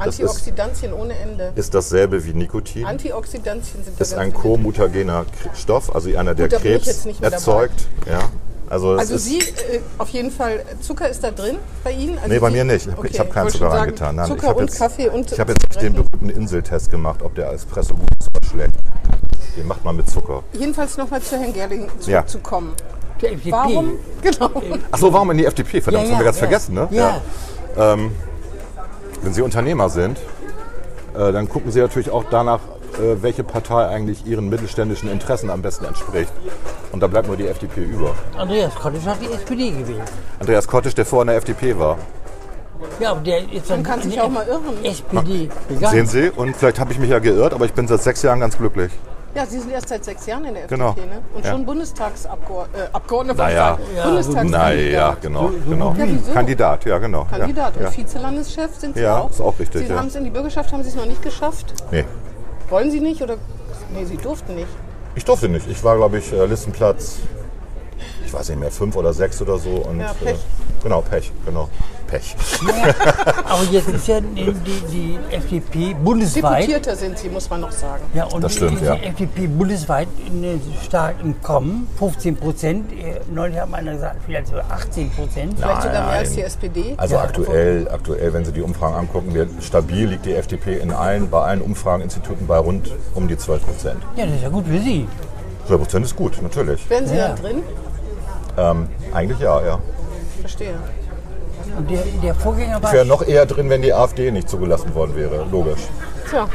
S4: Das ist,
S3: Antioxidantien ohne Ende.
S4: ist dasselbe wie Nikotin.
S3: Antioxidantien sind da
S4: Ist
S3: ganz
S4: ein
S3: wichtig.
S4: co-mutagener K- Stoff, also einer, der
S3: Gut, da bin ich
S4: Krebs
S3: jetzt nicht mehr dabei.
S4: erzeugt. Ja. Also, es
S3: Also
S4: ist,
S3: Sie, äh, auf jeden Fall, Zucker ist da drin bei Ihnen? Also
S4: Nee, bei
S3: Sie-
S4: mir nicht. Ich
S3: Okay,
S4: habe keinen Zucker
S3: wollte schon sagen,
S4: reingetan. Nein, ich
S3: Zucker
S4: hab
S3: und
S4: jetzt,
S3: Kaffee und
S4: Ich habe jetzt nicht den
S3: Brechen.
S4: berühmten Inseltest gemacht, ob der Espresso gut ist oder schlecht. Den macht man mit Zucker.
S3: Jedenfalls nochmal zu Herrn Gerling
S4: Ja.
S3: zurückzukommen.
S2: Der FDP.
S3: Warum? Genau.
S4: Achso, warum in die FDP? Verdammt, das haben wir ganz vergessen, ne?
S2: Ja.
S4: Wenn Sie Unternehmer sind, äh, dann gucken Sie natürlich auch danach, äh, welche Partei eigentlich Ihren mittelständischen Interessen am besten entspricht. Und da bleibt nur die FDP über.
S2: Andreas Kottisch hat die SPD gewählt.
S4: Andreas Kottisch, der vorher in der FDP war.
S2: Ja, aber der ist dann.
S3: kann sich
S2: in die
S3: auch mal irren.
S2: SPD gegangen.
S4: Sehen Sie? Und vielleicht habe ich mich ja geirrt, aber ich bin seit sechs Jahren ganz glücklich.
S3: Ja, Sie sind erst seit sechs Jahren in der
S4: Genau.
S3: FDP, ne? Und
S4: Ja.
S3: schon Bundestagsabgeordneter. Äh, Abgeordneter
S4: Naja.
S3: wollte ich sagen.
S2: Ja,
S3: Bundestagskandidat.
S4: Naja, genau.
S2: So- so
S4: genau.
S2: gut wie. Ja,
S3: wieso?
S4: Kandidat, ja, genau. ja,
S3: Kandidat
S4: ja.
S3: und Vizelandeschef sind Sie
S4: Ja,
S3: auch.
S4: ist auch richtig,
S3: Sie
S4: ja.
S3: haben es in die Bürgerschaft, haben Sie es noch nicht geschafft?
S4: Nee.
S3: Wollen Sie nicht oder? Nee, Sie durften nicht.
S4: Ich durfte nicht. Ich war, glaube ich, äh, Listenplatz, ich weiß nicht mehr, fünf oder sechs oder so. Und,
S3: Ja, Pech.
S4: Äh, genau, Pech, genau. Pech.
S2: Aber jetzt ist ja die, die, die FDP bundesweit.
S3: Deputierter sind Sie, muss man noch sagen.
S2: Ja, und
S4: Das stimmt,
S2: die
S4: ja.
S2: FDP bundesweit äh, stark im Kommen, 15 Prozent. Äh, Neulich hat einer gesagt, vielleicht sogar 18 Prozent.
S3: Vielleicht sogar mehr
S4: Nein.
S3: als die SPD.
S4: Also
S2: Ja.
S4: aktuell, aktuell, wenn Sie die Umfragen angucken, wir, stabil liegt die FDP in allen, bei allen Umfrageninstituten bei rund um die 12 Prozent.
S2: Ja, das ist ja gut für Sie.
S4: 12 Prozent ist gut, natürlich.
S3: Wären Sie
S2: Ja.
S3: dann drin?
S4: Ähm, eigentlich ja, ja.
S3: Verstehe.
S2: Und der, der Vorgänger war.
S4: Ich wäre noch eher drin, wenn die AfD nicht zugelassen worden wäre, logisch.
S3: Tja,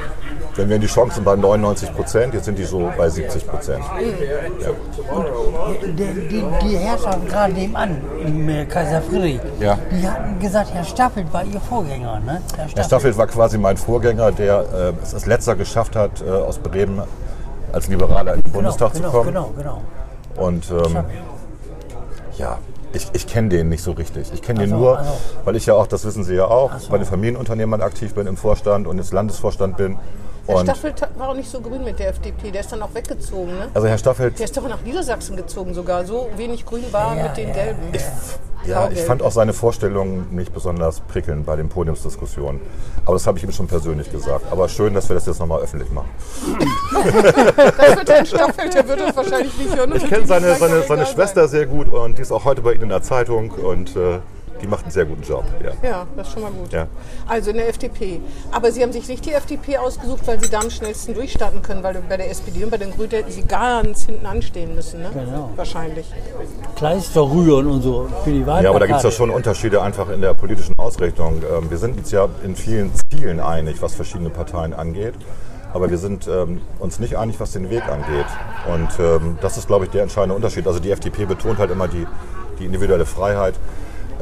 S4: Dann wären die Chancen bei 99 Prozent, jetzt sind die so bei 70 Prozent.
S2: Der, die, die Herrschaften gerade nebenan, im äh, Kaiser Friedrich,
S4: Ja.
S2: die hatten gesagt, Herr Staffelt war Ihr Vorgänger, ne? Herr
S4: Herr Staffelt war quasi mein Vorgänger, der äh, es als letzter geschafft hat, äh, aus Bremen als Liberaler in den
S2: genau,
S4: Bundestag
S2: genau,
S4: zu kommen.
S2: Genau, genau.
S4: Und ähm, ja, ich, ich kenne den nicht so richtig. Ich kenne den
S2: Ach so,
S4: nur,
S2: also.
S4: weil ich ja auch, das wissen Sie ja auch,
S2: so.
S4: bei den Familienunternehmern aktiv bin, im Vorstand und jetzt Landesvorstand bin.
S3: der
S4: Und
S3: Staffelt hat- war auch nicht so grün mit der FDP. Der ist dann auch weggezogen, ne?
S4: also Herr Staffelt,
S3: Der ist doch nach Niedersachsen gezogen sogar. So wenig grün war
S2: Ja,
S3: mit den
S2: ja,
S3: Gelben.
S4: ja, ich
S3: Taugeld.
S4: fand auch seine Vorstellungen nicht besonders prickelnd bei den Podiumsdiskussionen. Aber das habe ich ihm schon persönlich gesagt. Aber schön, dass wir das jetzt nochmal öffentlich machen.
S3: Das wird Herrn Staffelt, der wird uns wahrscheinlich nicht hören.
S4: Ich kenne seine, seine, seine Schwester sehr gut und die ist auch heute bei Ihnen in der Zeitung und äh, Die macht einen sehr guten Job. Ja.
S3: Ja, das ist schon mal gut.
S4: Ja.
S3: Also in der FDP. Aber Sie haben sich nicht die FDP ausgesucht, weil Sie da am schnellsten durchstarten können, weil bei der SPD und bei den Grünen hätten Sie ganz hinten anstehen müssen, ne?
S2: Genau.
S3: Wahrscheinlich.
S2: Kleister rühren und so für die Wahlplakate.
S4: Ja, aber da gibt es ja schon Unterschiede einfach in der politischen Ausrichtung. Ähm, wir sind uns ja in vielen Zielen einig, was verschiedene Parteien angeht. Aber wir sind ähm, uns nicht einig, was den Weg angeht. Und ähm, das ist, glaube ich, der entscheidende Unterschied. Also die FDP betont halt immer die, die individuelle Freiheit.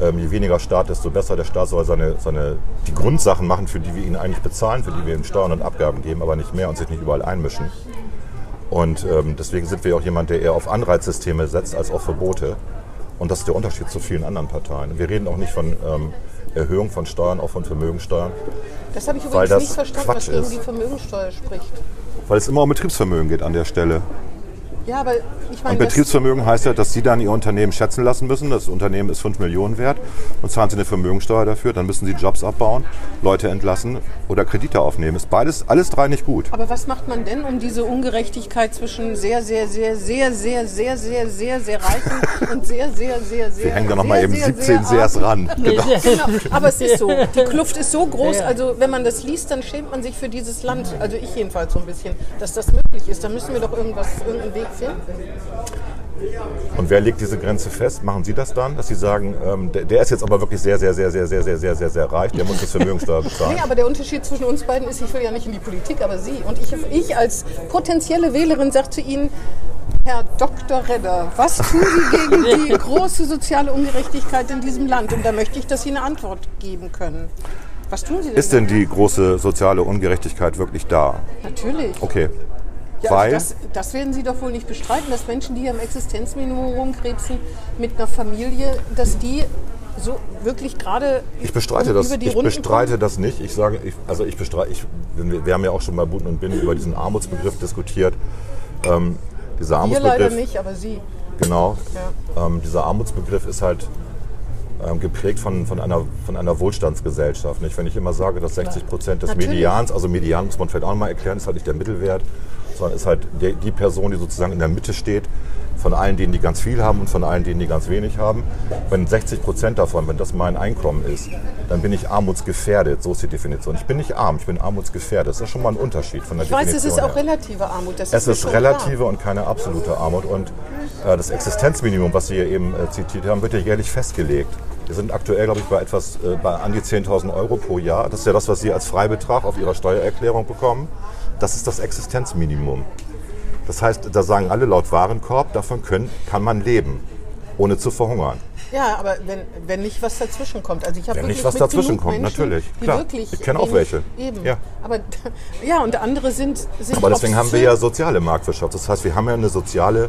S4: Ähm, je weniger Staat, desto besser. Der Staat soll seine, seine, die Grundsachen machen, für die wir ihn eigentlich bezahlen, für die wir ihm Steuern und Abgaben geben, aber nicht mehr und sich nicht überall einmischen. Und ähm, deswegen sind wir auch jemand, der eher auf Anreizsysteme setzt als auf Verbote. Und das ist der Unterschied zu vielen anderen Parteien. Wir reden auch nicht von ähm, Erhöhung von Steuern, auch von Vermögensteuern,
S3: Das habe ich
S4: Weil
S3: übrigens
S4: das
S3: nicht verstanden,
S4: Quatsch
S3: was gegen
S4: ist.
S3: die Vermögensteuer spricht.
S4: weil es immer um Betriebsvermögen geht an der Stelle.
S3: Ja, aber ich
S4: Und
S3: meine, das-
S4: Betriebsvermögen heißt ja, dass Sie dann Ihr Unternehmen schätzen lassen müssen. Das Unternehmen ist 5 Millionen wert und zahlen Sie eine Vermögensteuer dafür. Dann müssen Sie Jobs abbauen, Leute entlassen oder Kredite aufnehmen. Ist beides, alles drei nicht gut.
S3: aber was macht man denn, um diese Ungerechtigkeit zwischen sehr, sehr, sehr, sehr, sehr, sehr, sehr, sehr, sehr Reichen und sehr, sehr, sehr, sehr.
S4: Wir hängen da
S3: sehr,
S4: nochmal eben
S3: sehr,
S4: 17
S3: sehr
S4: Seers ran. Genau.
S3: Genau, aber es ist so. Die Kluft ist so groß,
S2: Ja.
S3: also wenn man das liest, dann schämt man sich für dieses Land. Also ich jedenfalls so ein bisschen, dass das möglich ist. Da müssen wir doch irgendwas, irgendeinen Weg finden.
S4: Und wer legt diese Grenze fest? Machen Sie das dann, dass Sie sagen, ähm, der, der ist jetzt aber wirklich sehr, sehr, sehr, sehr, sehr, sehr, sehr, sehr, sehr reich, der muss das Vermögensteuer bezahlen?
S3: Nee, aber der Unterschied zwischen uns beiden ist, ich will ja nicht in die Politik, aber Sie. Und ich, ich als potenzielle Wählerin sage zu Ihnen, Herr Dr. Redder, was tun Sie gegen die große soziale Ungerechtigkeit in diesem Land? Und da möchte ich, dass Sie eine Antwort geben können. Was tun Sie denn?
S4: Ist denn die große soziale Ungerechtigkeit wirklich da?
S3: Natürlich.
S4: Okay.
S3: Ja,
S4: Oh, Weil,
S3: also das, das werden Sie doch wohl nicht bestreiten, dass Menschen, die hier am Existenzminimum rumkrebsen, mit einer Familie, dass die so wirklich gerade
S4: ich bestreite das,
S3: über die
S4: ich
S3: Runden
S4: bestreite das nicht. Ich sage, ich, also ich bestreite, ich, wir wir haben ja auch schon bei Buten und Binnen über diesen Armutsbegriff diskutiert. Ähm, dieser
S3: kommen. Wir
S4: Armutsbegriff,
S3: leider nicht, aber Sie.
S4: genau, ähm, dieser Armutsbegriff ist halt ähm, geprägt von, von, einer, von einer Wohlstandsgesellschaft. Nicht? Wenn ich immer sage, dass 60 Prozent des
S3: Natürlich.
S4: Medians, also Median muss man vielleicht auch nochmal erklären, ist halt nicht der Mittelwert, sondern ist halt der, die Person, die sozusagen in der Mitte steht, von allen denen, die ganz viel haben und von allen denen, die ganz wenig haben. Wenn 60 Prozent davon, wenn das mein Einkommen ist, dann bin ich armutsgefährdet, so ist die Definition. Ich bin nicht arm, ich bin armutsgefährdet. Das ist schon mal ein Unterschied von der
S3: Ich weiß,
S4: Definition
S3: es ist auch
S4: her.
S3: relative Armut. Das
S4: Es
S3: mir
S4: ist
S3: schon
S4: relative und keine absolute Armut. Und äh, das Existenzminimum, was Sie hier eben äh, zitiert haben, wird ja jährlich festgelegt. Wir sind aktuell, glaube ich, bei etwas äh, bei an die 10.000 Euro pro Jahr. Das ist ja das, was Sie als Freibetrag auf Ihrer Steuererklärung bekommen. Das ist das Existenzminimum. Das heißt, da sagen alle laut Warenkorb, davon können, kann man leben, ohne zu verhungern.
S3: Klar. Ja, aber wenn, wenn nicht was dazwischen kommt. Also ich habe
S4: Wenn nicht
S3: wirklich
S4: was
S3: mit genug
S4: dazwischen kommt,
S3: Menschen,
S4: natürlich,
S3: die
S4: klar.
S3: Wirklich
S4: Ich kenne auch
S3: wenig-
S4: welche.
S3: Eben.
S4: Ja.
S3: Aber ja, und andere sind, sind
S4: Aber deswegen haben wir
S3: obszön-
S4: ja soziale Marktwirtschaft. Das heißt, wir haben ja eine soziale.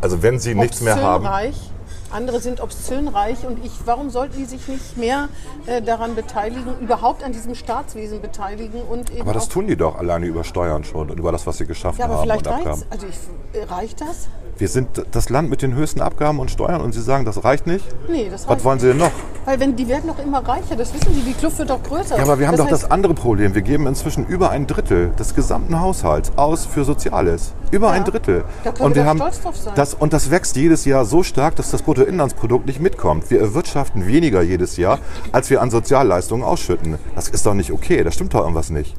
S4: Also wenn Sie nichts mehr
S3: obszön
S4: haben,
S3: Reich. Andere sind obszön reich und ich, warum sollten die sich nicht mehr äh, daran beteiligen, überhaupt an diesem Staatswesen beteiligen und eben
S4: Aber das
S3: auch,
S4: tun die doch alleine über Steuern schon und über das, was sie geschaffen
S3: ja, aber
S4: haben
S3: vielleicht
S4: und Abgaben.
S3: reicht's. Also ich, äh, reicht das?
S4: Wir sind das Land mit den höchsten Abgaben und Steuern und sie sagen, das reicht nicht.
S3: Nee, das
S4: Was
S3: reicht.
S4: wollen sie denn noch?
S3: Weil wenn die werden doch immer reicher, das wissen Sie, die Kluft wird doch größer.
S4: Ja, aber wir haben doch das
S3: heißt,
S4: andere Problem. Wir geben inzwischen über ein Drittel des gesamten Haushalts aus für Soziales. Über ein Drittel.
S3: Da können wir doch stolz drauf sein.
S4: Das, und das wächst jedes Jahr so stark, dass das Bruttoinlandsprodukt nicht mitkommt. Wir erwirtschaften weniger jedes Jahr, als wir an Sozialleistungen ausschütten. Das ist doch nicht okay. Da stimmt doch irgendwas nicht.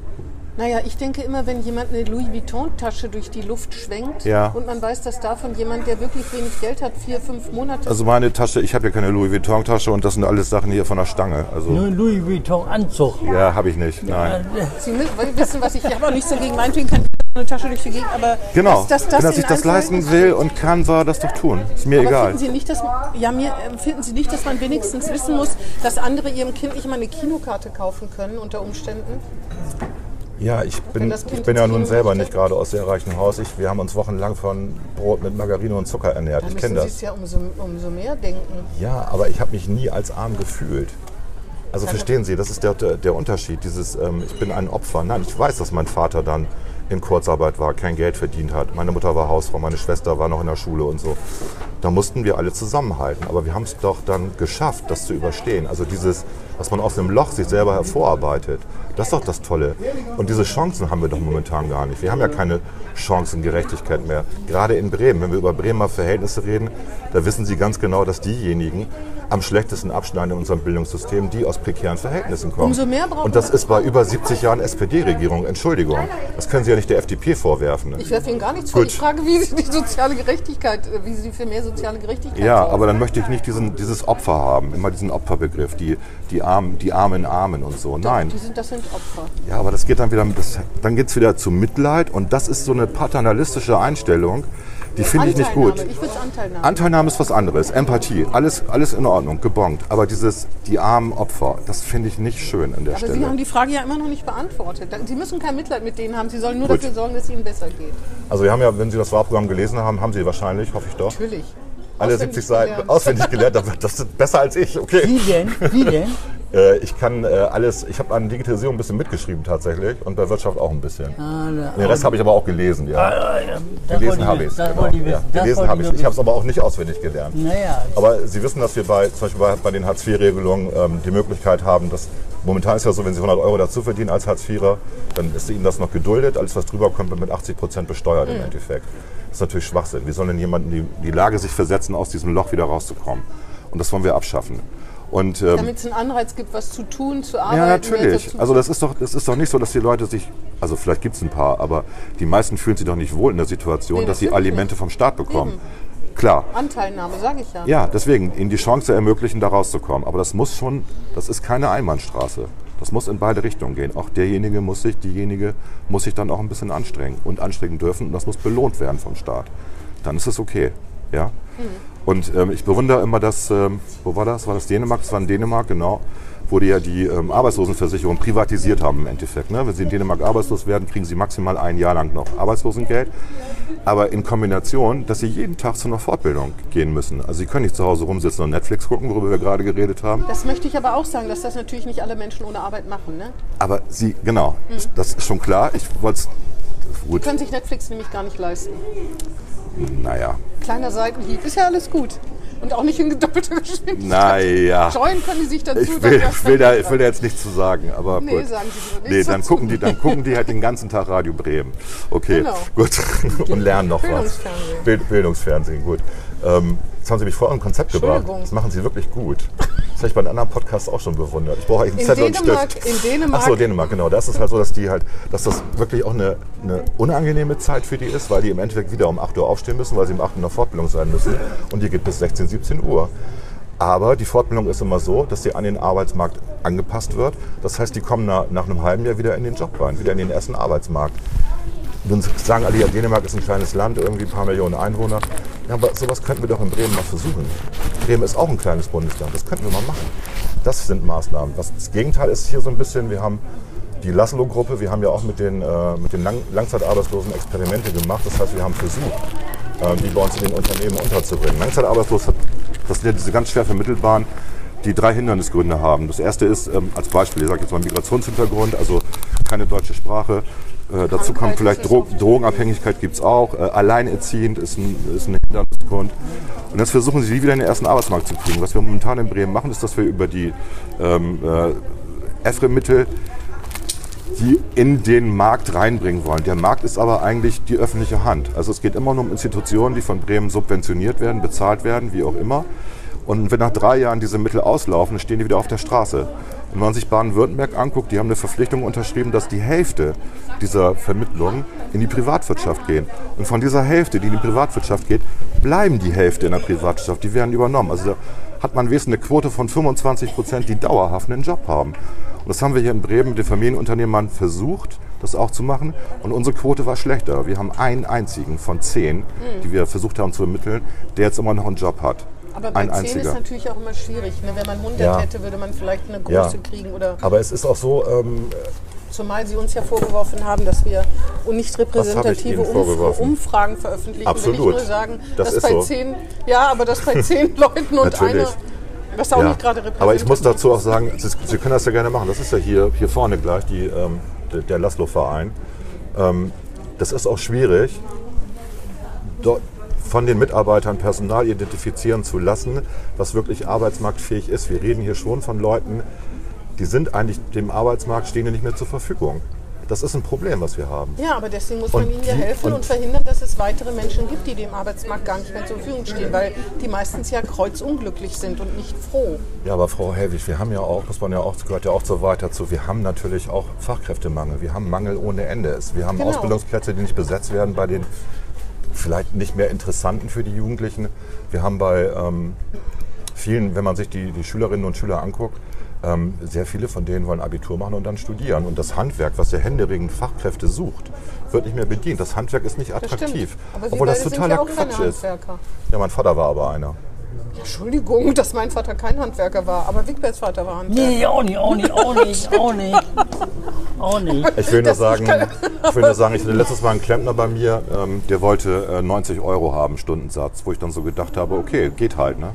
S3: Naja, ich denke immer, wenn jemand eine Louis Vuitton-Tasche durch die Luft schwenkt
S4: Ja.
S3: und man weiß, dass davon jemand, der wirklich wenig Geld hat, vier, fünf Monate.
S4: Also meine Tasche, ich habe ja keine Louis Vuitton-Tasche und das sind alles Sachen hier von der Stange. Also
S2: Nur ein Louis Vuitton Anzug.
S4: Ja, habe ich nicht. Nein.
S3: Sie müssen, weil Sie wissen, was ich, ich habe auch nichts dagegen, meinetwegen kann ich eine Tasche durch die Gegend, aber
S4: Genau.
S3: dass, dass das
S4: Wenn er
S3: in
S4: sich das
S3: Einzelheiten
S4: leisten will und kann, soll er das doch tun. Ist mir
S3: Aber
S4: egal.
S3: Finden Sie, nicht, dass, ja, mir, äh, finden Sie nicht, dass man wenigstens wissen muss, dass andere ihrem Kind nicht mal eine Kinokarte kaufen können unter Umständen?
S4: Ja, ich bin,
S3: das Kind
S4: ich bin ja
S3: jetzt
S4: nun
S3: hier
S4: selber
S3: nicht
S4: nicht gerade aus sehr reichem Haus. Ich, wir haben uns wochenlang von Brot mit Margarine und Zucker ernährt.
S3: Da
S4: Ich
S3: müssen
S4: kenne
S3: Sie
S4: das.
S3: es ja umso, umso mehr denken.
S4: Ja, aber ich habe mich nie als arm gefühlt. Also verstehen Sie, das ist der, der, der Unterschied. Dieses, ähm, ich bin ein Opfer. Nein, ich weiß, dass mein Vater dann in Kurzarbeit war, kein Geld verdient hat. Meine Mutter war Hausfrau, meine Schwester war noch in der Schule und so. Da mussten wir alle zusammenhalten. Aber wir haben es doch dann geschafft, das zu überstehen. Also dieses, dass man aus dem Loch sich selber hervorarbeitet, das ist doch das Tolle. Und diese Chancen haben wir doch momentan gar nicht. Wir haben ja keine Chancengerechtigkeit mehr. Gerade in Bremen, wenn wir über Bremer Verhältnisse reden, da wissen Sie ganz genau, dass diejenigen, am schlechtesten abschneiden in unserem Bildungssystem, die aus prekären Verhältnissen kommen.
S3: Umso mehr brauchen
S4: Und das
S3: wir.
S4: ist bei über 70 Jahren SPD-Regierung. Entschuldigung. Das können Sie ja nicht der FDP vorwerfen. Ne?
S3: Ich werfe Ihnen gar nichts vor.
S4: Gut.
S3: Ich frage, wie Sie die soziale Gerechtigkeit, äh, wie Sie für mehr soziale Gerechtigkeit
S4: Ja,
S3: sorgen.
S4: aber dann möchte ich nicht diesen, dieses Opfer haben, immer diesen Opferbegriff, die, die, Armen, die armen Armen und so. Nein.
S3: Die sind, das sind Opfer.
S4: Ja, aber das geht dann wieder, das, dann geht's wieder zu Mitleid und das ist so eine paternalistische Einstellung, die finde ich nicht gut.
S3: Anteilnahme. Ich würde es Anteilnahme.
S4: Anteilnahme ist was anderes, Empathie, alles, alles in Ordnung, gebongt. Aber dieses, die armen Opfer, das finde ich nicht schön an der
S3: aber Also Sie haben
S4: Stelle.
S3: die Frage ja immer noch nicht beantwortet. Da- Sie müssen kein Mitleid mit denen haben. Sie sollen nur
S4: Gut.
S3: dafür sorgen, dass es ihnen besser geht.
S4: Also wir haben ja, wenn Sie das Wahlprogramm gelesen haben, haben Sie wahrscheinlich, hoffe ich doch,
S3: Natürlich.
S4: alle
S3: Auswendig
S4: 70 Seiten
S3: gelernt.
S4: auswendig gelernt, aber das ist besser als ich, okay.
S2: Wie denn? Wie denn?
S4: Äh, ich kann äh, alles, ich habe an Digitalisierung ein bisschen mitgeschrieben tatsächlich und bei Wirtschaft auch ein bisschen. Den Rest habe ich aber auch gelesen, ja.
S2: Das
S4: Gelesen
S2: wollte
S4: habe ich
S2: ich
S4: es.
S2: Das
S4: genau,
S2: wollte ich
S4: ja.
S2: wissen. Das
S4: Gelesen
S2: wollte
S4: habe ich
S2: nur
S4: Ich habe es
S2: wissen.
S4: aber auch nicht auswendig gelernt.
S2: Naja,
S4: Aber Sie wissen, dass wir bei, zum Beispiel bei, bei den Hartz-IV-Regelungen ähm, die Möglichkeit haben, dass momentan ist ja so, wenn Sie 100 Euro dazu verdienen als Hartz-IVer, dann ist Ihnen das noch geduldet. Alles, was drüber kommt, wird mit 80 Prozent besteuert
S2: Mhm.
S4: im Endeffekt. Das ist natürlich Schwachsinn. Wie soll denn jemand in die, die Lage sich versetzen, aus diesem Loch wieder rauszukommen? Und das wollen wir abschaffen. Und, ähm,
S3: Damit es einen Anreiz gibt, was zu tun, zu arbeiten.
S4: ja,
S3: mehr
S4: natürlich.
S3: dazu-
S4: Also das ist doch, das ist doch nicht so, dass die Leute sich, also vielleicht gibt es ein paar, aber die meisten fühlen sich doch nicht wohl in der Situation,
S3: Nee,
S4: dass sie
S3: natürlich
S4: Alimente vom Staat bekommen. Klar.
S3: Anteilnahme, sage ich ja.
S4: Ja, deswegen, ihnen die Chance ermöglichen, da rauszukommen. Aber das muss schon, das ist keine Einbahnstraße. Das muss in beide Richtungen gehen. Auch derjenige muss sich, diejenige muss sich dann auch ein bisschen anstrengen und anstrengen dürfen. Und das muss belohnt werden vom Staat. Dann ist es okay. Ja? Und ähm, ich bewundere immer das, ähm, wo war das? War das Dänemark? Das war in Dänemark, genau. Wo die ja die ähm, Arbeitslosenversicherung privatisiert haben im Endeffekt. Ne? Wenn sie in Dänemark arbeitslos werden, kriegen sie maximal ein Jahr lang noch Arbeitslosengeld. Aber in Kombination, dass sie jeden Tag zu einer Fortbildung gehen müssen. Also sie können nicht zu Hause rumsitzen und Netflix gucken, worüber wir gerade geredet haben.
S3: Das möchte ich aber auch sagen, dass das natürlich nicht alle Menschen ohne Arbeit machen. Ne?
S4: Aber sie, genau,
S3: Hm.
S4: das ist schon klar. Ich wollte es, gut,
S3: Können sich Netflix nämlich gar nicht leisten.
S4: naja,
S3: Kleiner Seitenhieb, ist ja alles gut. Und auch nicht in doppelter Geschwindigkeit.
S4: naja.
S3: Scheuen können die sich dazu.
S4: Ich
S3: dass
S4: will,
S3: das
S4: will, da,
S3: dann-
S4: ich will da jetzt nichts zu sagen, aber
S3: Nee,
S4: gut.
S3: sagen Sie lieber
S4: nee,
S3: nichts
S4: dann
S3: dazu.
S4: gucken die, dann gucken die halt den ganzen Tag Radio Bremen. Okay,
S3: Genau.
S4: gut. Und lernen noch was.
S3: Bildungsfernsehen.
S4: Bild, Bildungsfernsehen, gut. Ähm, jetzt haben Sie mich vor einem Konzept gebracht.
S3: Entschuldigung.
S4: Das machen Sie wirklich gut. Das habe ich bei einem anderen Podcast auch schon bewundert. Ich brauche eigentlich einen Zettel
S3: In Dänemark-
S4: und Stift.
S3: in Dänemark-
S4: Ach so, Dänemark, genau. Da ist es halt so, dass die halt, dass das wirklich auch eine, eine unangenehme Zeit für die ist, weil die im Endeffekt wieder um 8 Uhr aufstehen müssen, weil sie um 8 Uhr in der Fortbildung sein müssen. Und die geht bis 16, 17 Uhr. Aber die Fortbildung ist immer so, dass die an den Arbeitsmarkt angepasst wird. Das heißt, die kommen nach, nach einem halben Jahr wieder in den Job rein, wieder in den ersten Arbeitsmarkt. Nun sagen alle, ja, Dänemark ist ein kleines Land, irgendwie ein paar Millionen Einwohner. Ja, aber sowas könnten wir doch in Bremen mal versuchen. Bremen ist auch ein kleines Bundesland, das könnten wir mal machen. Das sind Maßnahmen. Das, das Gegenteil ist hier so ein bisschen, wir haben die Laszlo-Gruppe, wir haben ja auch mit den, äh, mit den Lang Langzeitarbeitslosen Experimente gemacht. Das heißt, wir haben versucht, äh, die bei uns in den Unternehmen unterzubringen. Langzeitarbeitslos, hat, das sind ja diese ganz schwer vermittelbaren, die drei Hindernisgründe haben. Das erste ist, ähm, als Beispiel, ich sage jetzt mal Migrationshintergrund, also keine deutsche Sprache. Äh, dazu kommt
S3: Krankheit
S4: vielleicht
S3: ist
S4: Dro Drogenabhängigkeit gibt es auch. Äh, alleinerziehend ist ein, ist ein Hindernisgrund. Und jetzt versuchen sie, die wieder in den ersten Arbeitsmarkt zu kriegen. Was wir momentan in Bremen machen, ist, dass wir über die ähm, äh, EFRE-Mittel die in den Markt reinbringen wollen. Der Markt ist aber eigentlich die öffentliche Hand. Also es geht immer nur um Institutionen, die von Bremen subventioniert werden, bezahlt werden, wie auch immer. Und wenn nach drei Jahren diese Mittel auslaufen, dann stehen die wieder auf der Straße. Und wenn man sich Baden-Württemberg anguckt, die haben eine Verpflichtung unterschrieben, dass die Hälfte dieser Vermittlungen in die Privatwirtschaft gehen. Und von dieser Hälfte, die in die Privatwirtschaft geht, bleiben die Hälfte in der Privatwirtschaft. Die werden übernommen. Also da hat man wesentlich eine Quote von 25 Prozent, die dauerhaft einen Job haben. Und das haben wir hier in Bremen mit den Familienunternehmern versucht, das auch zu machen. Und unsere Quote war schlechter. Wir haben einen einzigen von zehn, die wir versucht haben zu ermitteln, der jetzt immer noch einen Job hat.
S3: Aber bei
S4: Ein
S3: 10 ist
S4: einziger.
S3: natürlich auch immer schwierig. Ne? Wenn man 100
S4: Ja.
S3: hätte, würde man vielleicht eine
S4: Ja.
S3: große kriegen. Oder
S4: Aber es ist auch so, ähm,
S3: zumal sie uns ja vorgeworfen haben, dass wir nicht repräsentative
S4: Ihnen
S3: Umf
S4: vorgeworfen?
S3: Umfragen veröffentlichen. Will
S4: Absolut.
S3: ich nur sagen,
S4: Das
S3: dass
S4: ist
S3: bei
S4: so.
S3: zehn, ja, aber dass bei zehn Leuten und einer,
S4: Natürlich.
S3: was auch nicht gerade repräsentativ
S4: Aber ich muss dazu auch sagen, Sie, Sie können das ja gerne machen. Das ist ja hier, hier vorne gleich, die, ähm, der, der Laszlo-Verein. Ähm, das ist auch schwierig, dort von den Mitarbeitern Personal identifizieren zu lassen, was wirklich arbeitsmarktfähig ist. Wir reden hier schon von Leuten, die sind eigentlich dem Arbeitsmarkt stehen die nicht mehr zur Verfügung. Das ist ein Problem, was wir haben.
S3: Ja, aber deswegen muss
S4: Und
S3: man ihnen ja
S4: die-
S3: helfen und,
S4: und-
S3: verhindern, dass es weitere Menschen gibt, die dem Arbeitsmarkt gar nicht mehr zur Verfügung stehen, weil die meistens ja kreuzunglücklich sind und nicht froh.
S4: Ja, aber Frau Helwig, wir haben ja auch, muss man ja auch, gehört ja auch so weit dazu, wir haben natürlich auch Fachkräftemangel. Wir haben Mangel ohne Ende. Es- Wir haben
S3: Genau.
S4: Ausbildungsplätze, die nicht besetzt werden bei den vielleicht nicht mehr interessanten für die Jugendlichen. Wir haben bei ähm, vielen, wenn man sich die, die Schülerinnen und Schüler anguckt, ähm, sehr viele von denen wollen Abitur machen und dann studieren. Und das Handwerk, was der händeringend Fachkräfte sucht, wird nicht mehr bedient. Das Handwerk ist nicht
S3: Das stimmt.
S4: attraktiv.
S3: Aber wir
S4: obwohl das
S3: beide sind
S4: totaler
S3: ja auch keine
S4: Quatsch ist.
S3: Handwerker.
S4: Ja, mein Vater war aber einer.
S3: Entschuldigung, dass mein Vater kein Handwerker war, aber Wigbers Vater war Handwerker.
S2: Nee, auch nicht, auch nicht, auch nicht, auch nicht. Auch nicht.
S4: Ich will, nur
S3: Das-
S4: sagen, ich will nur sagen, ich hatte letztes Mal einen Klempner bei mir, ähm, der wollte äh, 90 Euro haben, Stundensatz, wo ich dann so gedacht habe, okay, geht halt. Ne?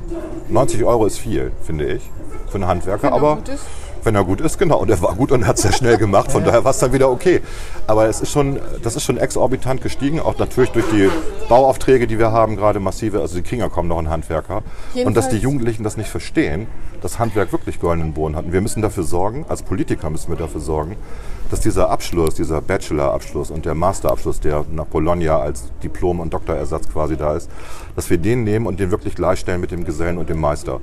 S4: 90 Euro ist viel, finde ich, für einen Handwerker,
S3: Wenn er
S4: aber
S3: gut ist.
S4: wenn er gut ist, genau, und er war gut und hat es sehr schnell gemacht, von daher war es dann wieder okay. Aber es ist schon, das ist schon exorbitant gestiegen, auch natürlich durch die Bauaufträge, die wir haben, gerade massive, also die Kinder kommen noch in Handwerker. Und dass die
S3: Jedenfalls-
S4: Jugendlichen das nicht verstehen, dass Handwerk wirklich goldenen Boden hat. Und wir müssen dafür sorgen, als Politiker müssen wir dafür sorgen, dass dieser Abschluss, dieser Bachelor-Abschluss und der Master-Abschluss, der nach Bologna als Diplom- und Doktorersatz quasi da ist, dass wir den nehmen und den wirklich gleichstellen mit dem Gesellen und dem Meister.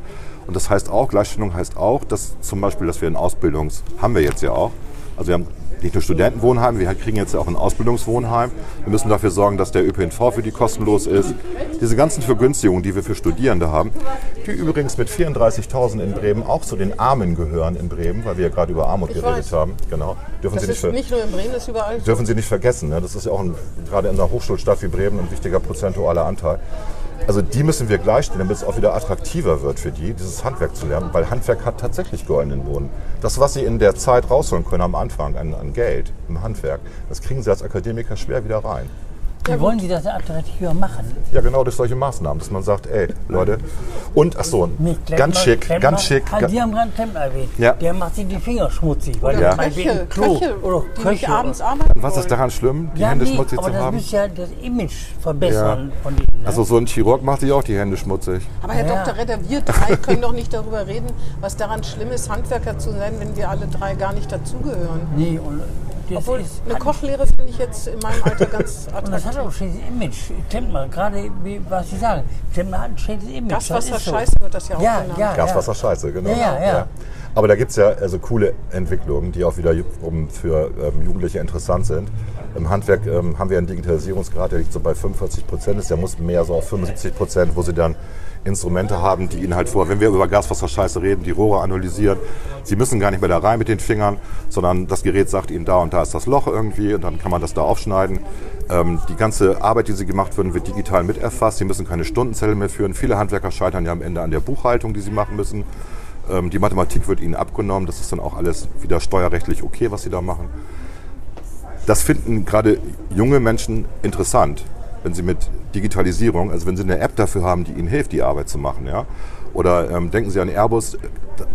S4: Und das heißt auch, Gleichstellung heißt auch, dass zum Beispiel, dass wir in Ausbildungs, haben wir jetzt ja auch, also wir haben nicht nur Studentenwohnheim, wir kriegen jetzt auch ein Ausbildungswohnheim. Wir müssen dafür sorgen, dass der ÖPNV für die kostenlos ist. Diese ganzen Vergünstigungen, die wir für Studierende haben, die übrigens mit 34.000 in Bremen auch zu den Armen gehören in Bremen, weil wir ja gerade über Armut geredet
S3: weiß.
S4: haben. Genau. Dürfen
S3: Das
S4: Sie nicht
S3: ist
S4: ver
S3: nicht nur in Bremen, das ist überall.
S4: dürfen Sie nicht vergessen. Ne? Das ist ja auch ein, gerade in einer Hochschulstadt wie Bremen ein wichtiger prozentualer Anteil. Also die müssen wir gleichstellen, damit es auch wieder attraktiver wird für die, dieses Handwerk zu lernen, weil Handwerk hat tatsächlich goldenen Boden. Das, was sie in der Zeit rausholen können am Anfang an, an Geld im Handwerk, das kriegen sie als Akademiker schwer wieder rein.
S2: Wie wollen Sie das attraktiver machen?
S4: Ja, genau durch solche Maßnahmen, dass man sagt, ey, Leute, und ach so,
S2: Nicht Klempner,
S4: ganz schick,
S2: Klempner.
S4: ganz schick,
S2: Ah,
S4: ga-
S2: Sie haben gerade Klempner erwähnt.
S4: Ja.
S2: Der macht sich die Finger schmutzig, weil
S4: Ja.
S2: er meinetwegen
S3: Köche,
S2: im Klo
S3: Köche,
S2: oder
S3: die
S2: Köche
S3: nicht abends
S2: oder-
S3: arbeiten
S4: was ist
S3: wollen.
S4: daran schlimm, die
S2: ja,
S4: Hände
S2: nee,
S4: schmutzig
S2: aber
S4: zu
S2: das
S4: haben?
S2: müsste ja das Image verbessern von denen. Ne?
S4: Also so ein Chirurg macht sich auch die Hände schmutzig.
S3: Aber Herr
S2: Ja.
S3: Dr. Redder, wir drei können doch nicht darüber reden, was daran schlimm ist, Handwerker zu sein, wenn wir alle drei gar nicht dazugehören.
S2: nee, und das
S3: Obwohl,
S2: ist,
S3: eine Kochlehre finde ich jetzt in meinem Alter ganz
S2: und das hat
S3: attraktiv.
S2: auch ein schlechtes Image. Klempner, gerade wie, was Sie sagen, Klempner hat ein schlechtes Image. das
S3: Gaswasser
S2: ist so.
S3: Scheiße wird das ja auch
S2: Ja,
S3: genannt.
S2: ja.
S4: Gaswasser scheiße, genau.
S2: Ja, ja, ja.
S4: Aber da gibt es ja also coole Entwicklungen, die auch wieder ju- um für ähm, Jugendliche interessant sind. Im Handwerk ähm, haben wir einen Digitalisierungsgrad, der liegt so bei 45 Prozent, ist der muss mehr so auf 75 Prozent, wo sie dann Instrumente haben, die ihnen halt vor, wenn wir über Gaswasserscheiße reden, die Rohre analysieren. Sie müssen gar nicht mehr da rein mit den Fingern, sondern das Gerät sagt ihnen, da und da ist das Loch irgendwie und dann kann man das da aufschneiden. Ähm, die ganze Arbeit, die sie gemacht würden, wird digital mit erfasst. Sie müssen keine Stundenzelle mehr führen. Viele Handwerker scheitern ja am Ende an der Buchhaltung, die sie machen müssen. Ähm, die Mathematik wird ihnen abgenommen. Das ist dann auch alles wieder steuerrechtlich okay, was sie da machen. Das finden gerade junge Menschen interessant, wenn sie mit Digitalisierung, also wenn sie eine App dafür haben, die ihnen hilft, die Arbeit zu machen. Ja? Oder ähm, denken Sie an Airbus. äh,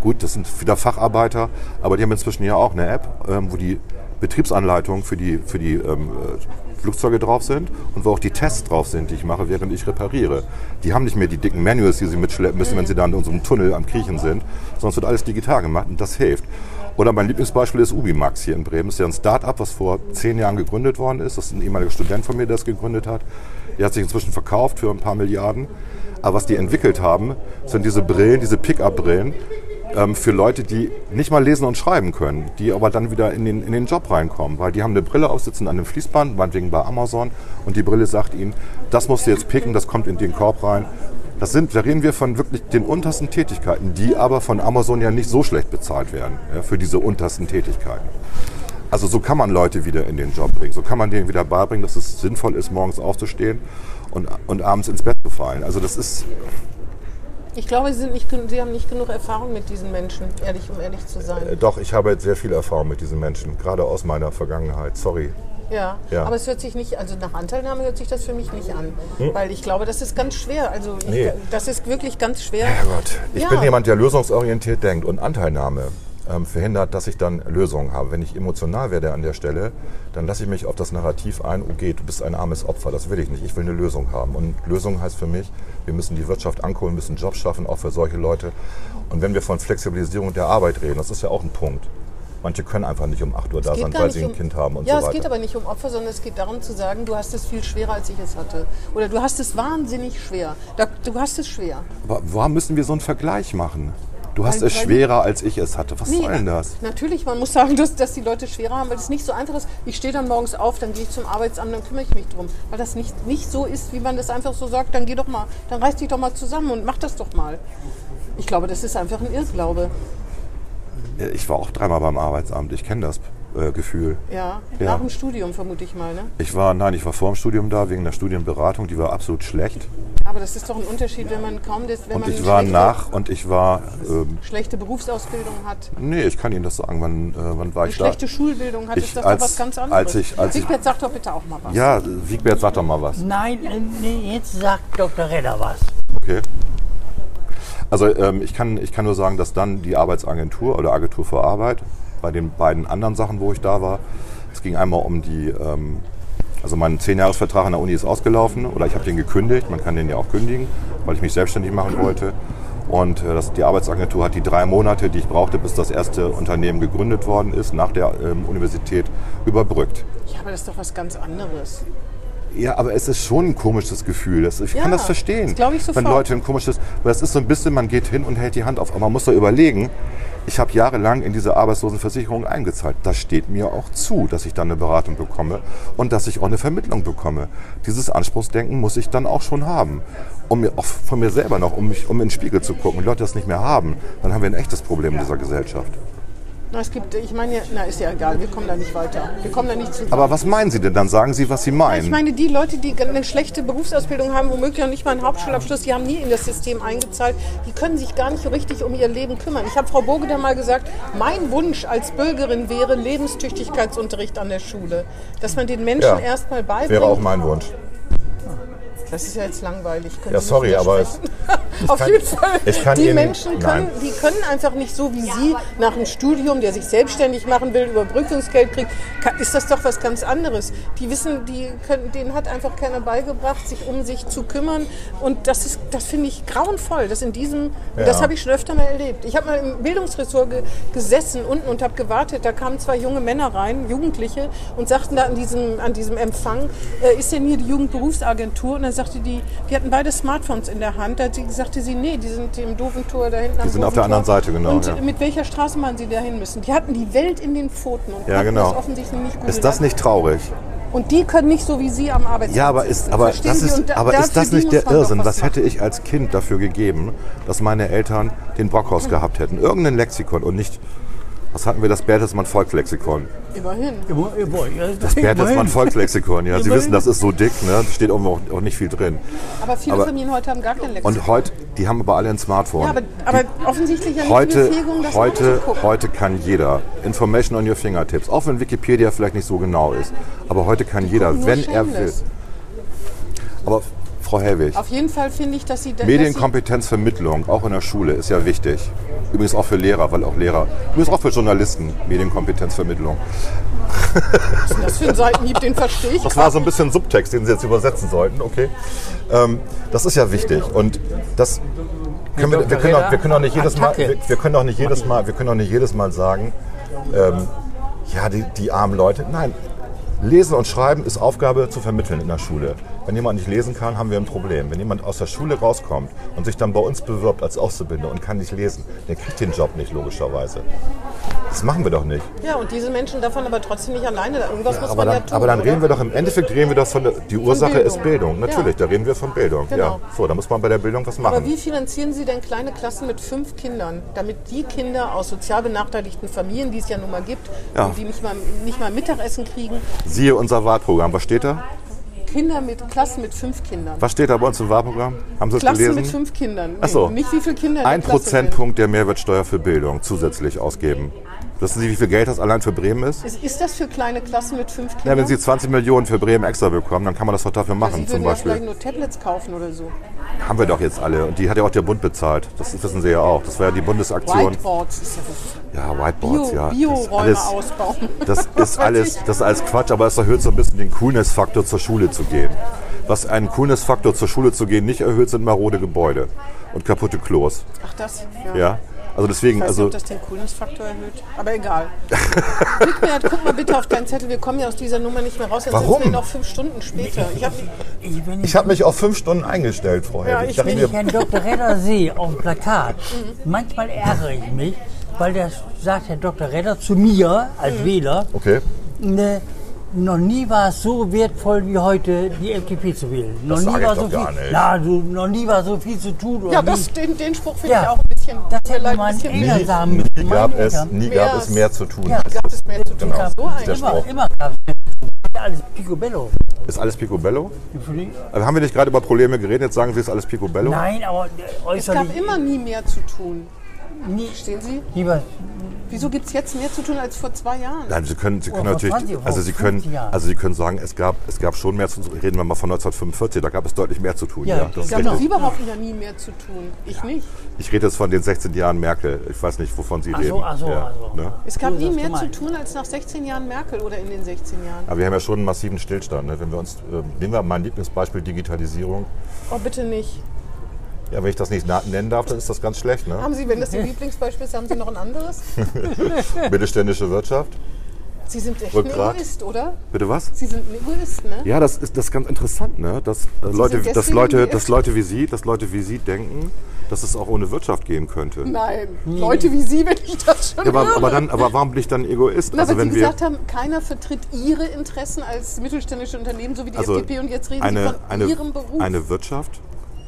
S4: Gut, das sind wieder Facharbeiter, aber die haben inzwischen ja auch eine App, ähm, wo die Betriebsanleitungen für die, für die ähm, äh, Flugzeuge drauf sind und wo auch die Tests drauf sind, die ich mache, während ich repariere. Die haben nicht mehr die dicken Manuals, die sie mitschleppen müssen, wenn sie dann in unserem Tunnel am Kriechen sind, sondern es wird alles digital gemacht und das hilft. Oder mein Lieblingsbeispiel ist Ubimax hier in Bremen. Das ist ja ein Start-up, was vor zehn Jahren gegründet worden ist. Das ist ein ehemaliger Student von mir, der das gegründet hat. Der hat sich inzwischen verkauft für ein paar Milliarden. Aber was die entwickelt haben, sind diese Brillen, diese Pickup-Brillen ähm, für Leute, die nicht mal lesen und schreiben können, die aber dann wieder in den, in den Job reinkommen. Weil die haben eine Brille auf, sitzen an einem Fließband, meinetwegen bei Amazon. Und die Brille sagt ihnen, das musst du jetzt picken, das kommt in den Korb rein. Das sind, da reden wir von wirklich den untersten Tätigkeiten, die aber von Amazon ja nicht so schlecht bezahlt werden, ja, für diese untersten Tätigkeiten. Also so kann man Leute wieder in den Job bringen. So kann man denen wieder beibringen, dass es sinnvoll ist, morgens aufzustehen und, und abends ins Bett zu fallen. Also das ist,
S3: Ich glaube, sie, sind nicht, gen- sie haben nicht genug Erfahrung mit diesen Menschen, ehrlich, um ehrlich zu sein.
S4: doch, ich habe jetzt sehr viel Erfahrung mit diesen Menschen, gerade aus meiner Vergangenheit. Sorry.
S3: Ja.
S4: ja.
S3: Aber es hört sich nicht, also nach Anteilnahme hört sich das für mich nicht an. Weil ich glaube, das ist ganz schwer. Also ich,
S4: Hm? Nee.
S3: das ist wirklich ganz schwer.
S4: Herrgott, ich
S3: Ja.
S4: bin jemand, der lösungsorientiert denkt und Anteilnahme ähm, verhindert, dass ich dann Lösungen habe. Wenn ich emotional werde an der Stelle, dann lasse ich mich auf das Narrativ ein, okay, du bist ein armes Opfer, das will ich nicht, ich will eine Lösung haben. Und Lösung heißt für mich, wir müssen die Wirtschaft ankurbeln, müssen Jobs schaffen, auch für solche Leute. Und wenn wir von Flexibilisierung der Arbeit reden, das ist ja auch ein Punkt. Manche können einfach nicht um 8 Uhr da
S3: geht
S4: sein,
S3: gar
S4: weil
S3: nicht
S4: sie ein
S3: um-
S4: Kind haben und
S3: Ja,
S4: so
S3: es
S4: weiter.
S3: geht aber nicht um Opfer, sondern es geht darum zu sagen, du hast es viel schwerer, als ich es hatte. Oder du hast es wahnsinnig schwer. Da, du hast es schwer.
S4: aber warum müssen wir so einen Vergleich machen? Du hast
S3: Weil-
S4: es
S3: weil-
S4: schwerer, als ich es hatte. Was soll denn
S3: na-
S4: das?
S3: Natürlich, man muss sagen, dass, dass die Leute schwerer haben, weil es nicht so einfach ist. Ich stehe dann morgens auf, dann gehe ich zum Arbeitsamt, dann kümmere ich mich drum. Weil das nicht, nicht so ist, wie man das einfach so sagt, dann geh doch mal, dann reiß dich doch mal zusammen und mach das doch mal. Ich glaube, das ist einfach ein Irrglaube.
S4: Ja, Äh, Ich war auch dreimal beim Arbeitsamt. Ich kenne das äh, Gefühl.
S3: Ja,
S4: Ja.
S3: nach dem Studium vermute ich mal. Ne?
S4: Ich war, nein, ich war vor dem Studium da wegen der Studienberatung. Die war absolut schlecht.
S3: Aber das ist doch ein Unterschied, wenn man kaum das, wenn
S4: Und
S3: man
S4: ich
S3: eine
S4: war
S3: schlechte-
S4: nach und ich war, ähm,
S3: schlechte Berufsausbildung hat.
S4: nee, ich kann Ihnen das sagen. Wann, äh, wann war
S3: Eine
S4: ich da?
S3: schlechte Schulbildung hat,
S4: Ich-
S3: ist das
S4: als-
S3: doch was ganz anderes.
S4: als ich- als ich-
S3: Siegbert, sag doch bitte auch mal was.
S4: Ja, Siegbert, sag doch mal was.
S2: Nein, äh, nee, jetzt sagt Dr. Renner was.
S4: Okay. Also ähm, ich, kann, ich kann nur sagen, dass dann die Arbeitsagentur oder Agentur für Arbeit bei den beiden anderen Sachen, wo ich da war, es ging einmal um die, ähm, also mein 10-Jahres-Vertrag an der Uni ist ausgelaufen oder ich habe den gekündigt, man kann den ja auch kündigen, weil ich mich selbstständig machen wollte. Und äh, das, die Arbeitsagentur hat die drei Monate, die ich brauchte, bis das erste Unternehmen gegründet worden ist, nach der ähm, Universität überbrückt.
S3: Ja, aber das ist doch was ganz anderes.
S4: Ja, aber es ist schon ein komisches Gefühl. Das, ich
S3: Ja,
S4: kann das verstehen.
S3: das glaub ich sofort.
S4: Wenn Leute ein komisches. Weil das ist so ein bisschen, man geht hin und hält die Hand auf. Aber man muss doch überlegen, ich habe jahrelang in diese Arbeitslosenversicherung eingezahlt. Das steht mir auch zu, dass ich dann eine Beratung bekomme und dass ich auch eine Vermittlung bekomme. Dieses Anspruchsdenken muss ich dann auch schon haben. Um mir, auch von mir selber noch, um, mich, um in den Spiegel zu gucken. Wenn Leute das nicht mehr haben, dann haben wir ein echtes Problem in dieser Gesellschaft.
S3: Na, es gibt, ich meine, na, ist ja egal, wir kommen da nicht weiter. Wir kommen da nicht zusammen.
S4: Aber was meinen Sie denn? Dann sagen Sie, was Sie meinen.
S3: ich meine, die Leute, die eine schlechte Berufsausbildung haben, womöglich noch nicht mal einen Hauptschulabschluss, die haben nie in das System eingezahlt, die können sich gar nicht so richtig um ihr Leben kümmern. Ich habe Frau Boge da mal gesagt, mein Wunsch als Bürgerin wäre Lebenstüchtigkeitsunterricht an der Schule. Dass man den Menschen
S4: Ja.
S3: erst mal beibringt.
S4: Wäre auch mein Wunsch.
S3: Das ist ja jetzt langweilig. Können
S4: Ja,
S3: Sie
S4: sorry,
S3: nicht
S4: aber
S3: widersprechen?
S4: es,
S3: Auf
S4: kann-
S3: jeden Fall.
S4: ich kann
S3: die
S4: Ihnen-
S3: Menschen können,
S4: nein.
S3: die können einfach nicht so wie Sie nach dem Studium, der sich selbstständig machen will, Überbrückungsgeld kriegt, ka- ist das doch was ganz anderes. Die wissen, die können, denen hat einfach keiner beigebracht, sich um sich zu kümmern. Und das ist, das finde ich grauenvoll, dass in diesem,
S4: Ja.
S3: das habe ich schon öfter mal erlebt. Ich habe mal im Bildungsressort ge gesessen unten und habe gewartet. Da kamen zwei junge Männer rein, Jugendliche, und sagten da an diesem, an diesem Empfang, äh, ist denn hier die Jugendberufsagentur? Und dann sagte die, die hatten beide Smartphones in der Hand. Da hat sie, sagte sie, nee, die sind im doofen Tor da hinten. am
S4: sind auf der
S3: doofen Tor.
S4: anderen Seite, genau,
S3: Und
S4: ja.
S3: mit welcher Straßenbahn sie da hin müssen? Die hatten die Welt in den Pfoten und
S4: Ja,
S3: konnten
S4: genau.
S3: das offensichtlich nicht gut.
S4: ist das nicht traurig?
S3: Und die können nicht so wie sie am Arbeitsplatz
S4: Ja, aber ist,
S3: sitzen.
S4: aber
S3: Verstehen
S4: das
S3: Sie? Und
S4: ist,
S3: da-
S4: aber ist
S3: dafür
S4: das nicht
S3: muss
S4: der
S3: man doch
S4: Irrsinn? Was
S3: machen.
S4: hätte ich als Kind dafür gegeben, dass meine Eltern den Brockhaus gehabt hätten? Irgendein Lexikon und nicht, was hatten wir, das Bertelsmann Volkslexikon?
S3: Immerhin.
S4: Genau.
S2: Über, über, das
S4: Bertelsmann Volkslexikon, ja. Sie
S2: Immerhin.
S4: wissen, das ist so dick, ne? steht irgendwo auch, auch nicht viel drin.
S3: Aber viele
S4: Aber-
S3: Familien heute haben gar kein Lexikon.
S4: Und heute, die haben aber alle ein Smartphone.
S3: Ja, aber, aber offensichtlich ja nicht die
S4: Heute,
S3: Befähigung, das
S4: heute,
S3: anzugucken.
S4: heute kann jeder. Information on your fingertips. Auch wenn Wikipedia vielleicht nicht so genau ist. Aber heute kann jeder,
S3: nur
S4: wenn er will.
S3: Shameless.
S4: Aber Frau Hellwig,
S3: Auf jeden Fall finde ich, dass sie... Dass
S4: Medienkompetenzvermittlung, auch in der Schule, ist ja wichtig. Übrigens auch für Lehrer, weil auch Lehrer, übrigens auch für Journalisten, Medienkompetenzvermittlung.
S3: sie, das für einen Seitenhieb, den verstehe ich.
S4: Das war so ein bisschen Subtext, den Sie jetzt übersetzen sollten, okay. Ähm, das ist ja wichtig und das können wir, wir, können auch, wir können auch nicht jedes Mal, wir, wir können auch nicht jedes Mal, wir können auch nicht jedes Mal sagen, ähm, ja, die, die armen Leute. Nein, Lesen und Schreiben ist Aufgabe zu vermitteln in der Schule. Wenn jemand nicht lesen kann, haben wir ein Problem. Wenn jemand aus der Schule rauskommt und sich dann bei uns bewirbt als Auszubildender und kann nicht lesen, der kriegt den Job nicht, logischerweise. Das machen wir doch nicht.
S3: Ja, und diese Menschen davon aber trotzdem nicht alleine. Irgendwas muss
S4: Aber
S3: man
S4: dann,
S3: ja tun.
S4: aber dann reden wir
S3: oder?
S4: doch im Endeffekt reden wir doch von der, die Ursache
S3: Bildung.
S4: ist Bildung. Natürlich, da reden wir von Bildung.
S3: Genau.
S4: Ja. So, da muss man bei der Bildung was
S3: Aber wie
S4: machen.
S3: finanzieren Sie denn kleine Klassen mit fünf Kindern, damit die Kinder aus sozial benachteiligten Familien, die es ja nun mal gibt,
S4: Ja.
S3: und die nicht mal, nicht mal Mittagessen kriegen,
S4: Siehe unser Wahlprogramm. Was steht da?
S3: Kinder mit Klassen mit fünf Kindern?
S4: Was steht da bei uns im Wahlprogramm? Haben Sie es
S3: Klassen
S4: gelesen?
S3: mit fünf Kindern. Nee,
S4: Ach so.
S3: Nicht wie viele Kinder in der
S4: Ein
S3: Klasse sind.
S4: Prozentpunkt der Mehrwertsteuer für Bildung zusätzlich ausgeben. Wissen Sie, wie viel Geld das allein für Bremen ist?
S3: Ist, ist das für kleine Klassen mit fünf Kindern? Also
S4: Ja, wenn Sie 20 Millionen für Bremen extra bekommen, dann kann man das doch dafür
S3: Sie
S4: machen,
S3: würden
S4: zum
S3: ja vielleicht
S4: Beispiel.
S3: nur Tablets kaufen oder so.
S4: Haben wir doch jetzt alle. Und die hat ja auch der Bund bezahlt. Das wissen Sie ja auch. Das war ja die Bundesaktion.
S3: Whiteboards ist ja das.
S4: Ja, Whiteboards, ja.
S3: Bio-
S4: Das
S3: Bio-Räume
S4: ist alles-
S3: ausbauen.
S4: Das ist alles, das ist alles Quatsch, aber es erhöht so ein bisschen den Coolness-Faktor zur Schule zu gehen. Was einen Coolness-Faktor zur Schule zu gehen nicht erhöht, sind marode Gebäude und kaputte Klos.
S3: Ach das?
S4: Ja? Also deswegen,
S3: Ich weiß
S4: also
S3: nicht, ob das den Coolness-Faktor erhöht. Aber egal. Lichtwert, guck mal bitte auf deinen Zettel. Wir kommen ja aus dieser Nummer nicht mehr raus. Jetzt
S4: Warum?
S3: sitzen wir noch fünf Stunden später. Ich hab,
S2: Ich, wenn ich,
S4: ich habe mich auf fünf Stunden eingestellt vorher.
S3: Ja, ich
S4: dachte
S3: bin
S2: wenn ich Herrn Dr. Redder sehe auf dem Plakat, manchmal ärgere ich mich, weil der sagt, Herr Dr. Redder, zu mir als
S3: Mhm.
S2: Wähler,
S4: okay,
S2: ne, noch nie war es so wertvoll wie heute, die FDP zu wählen. Noch
S4: sag
S2: nie
S4: ich
S2: war
S4: doch
S2: so
S4: gar
S2: viel,
S4: nicht.
S2: Na, du, noch nie war so viel zu tun. oder
S3: ja,
S2: nie-
S3: das, den, den Spruch finde
S2: Ja.
S3: ich auch ein bisschen.
S2: Das
S3: tut mir
S2: hätte
S3: leid, ein
S2: man
S3: bisschen
S2: eh-
S3: mehr.
S2: sagen müssen.
S4: nie gab
S2: Meine
S4: es,
S2: Eltern-
S4: nie
S3: Mehr
S4: gab es
S3: ist-
S4: mehr zu tun.
S2: Ja,
S4: Es
S3: Gab es mehr zu tun?
S4: Genau.
S3: So ein
S4: Der Spruch.
S2: immer, immer gab es alles picobello.
S4: Ist alles Picobello? Also haben wir nicht gerade über Probleme geredet, jetzt sagen Sie, ist alles Picobello?
S2: Nein, aber äh,
S3: Es gab
S2: äußerlich
S3: immer nie mehr zu tun.
S2: nie.
S3: Verstehen Sie?
S2: Lieber,
S3: Wieso gibt es jetzt mehr zu tun als vor zwei Jahren?
S4: Nein, Sie können, Sie
S3: Oh,
S4: können
S2: vor
S4: natürlich,
S2: 20 Jahren,
S4: also Sie
S2: vor
S4: können,
S2: 50 Jahren.
S4: also Sie können sagen, es gab, es gab schon mehr zu tun. Reden wir mal von 1945, da gab es deutlich mehr zu tun.
S2: Ja,
S4: das
S3: Es
S4: ist
S3: gab
S4: richtig.
S3: Sie behaupten ja nie mehr zu tun. Ich nicht.
S4: Ich rede jetzt von den 16 Jahren Merkel. Ich weiß nicht, wovon Sie
S2: Ach
S4: reden.
S2: so, ach so,
S4: ja,
S2: ach so.
S4: Ne?
S3: Es gab
S2: So ist
S3: nie
S2: das
S3: mehr zu
S2: gemeint.
S3: tun als nach 16 Jahren Merkel oder in den 16 Jahren.
S4: Aber wir haben ja schon einen massiven Stillstand. Ne? Wenn wir uns, äh, nehmen wir mein Lieblingsbeispiel Digitalisierung.
S3: Oh, bitte nicht.
S4: Ja, wenn ich das nicht na- nennen darf, dann ist das ganz schlecht. Ne?
S3: Haben Sie, wenn das Ihr Lieblingsbeispiel ist, haben Sie noch ein anderes?
S4: Mittelständische Wirtschaft.
S3: Sie sind echt
S4: Rückgrat.
S3: ein Egoist, oder?
S4: Bitte was?
S3: Sie sind ein Egoist, ne?
S4: Ja, das ist das ist ganz interessant, ne? Dass, äh, Leute,
S3: Also sind
S4: dass,
S3: deswegen
S4: Leute,
S3: die-
S4: dass Leute wie Sie, dass Leute wie Sie denken, dass es auch ohne Wirtschaft gehen könnte.
S3: Nein, Leute wie Sie, wenn ich das schon
S4: Ja, aber,
S3: höre.
S4: aber, dann, aber warum bin ich dann Egoist? Also
S3: Na, weil
S4: wenn
S3: Sie gesagt haben, keiner vertritt Ihre Interessen als mittelständische Unternehmen, so wie die FDP. Und jetzt reden
S4: also eine,
S3: Sie von
S4: eine,
S3: Ihrem Beruf.
S4: Eine Wirtschaft,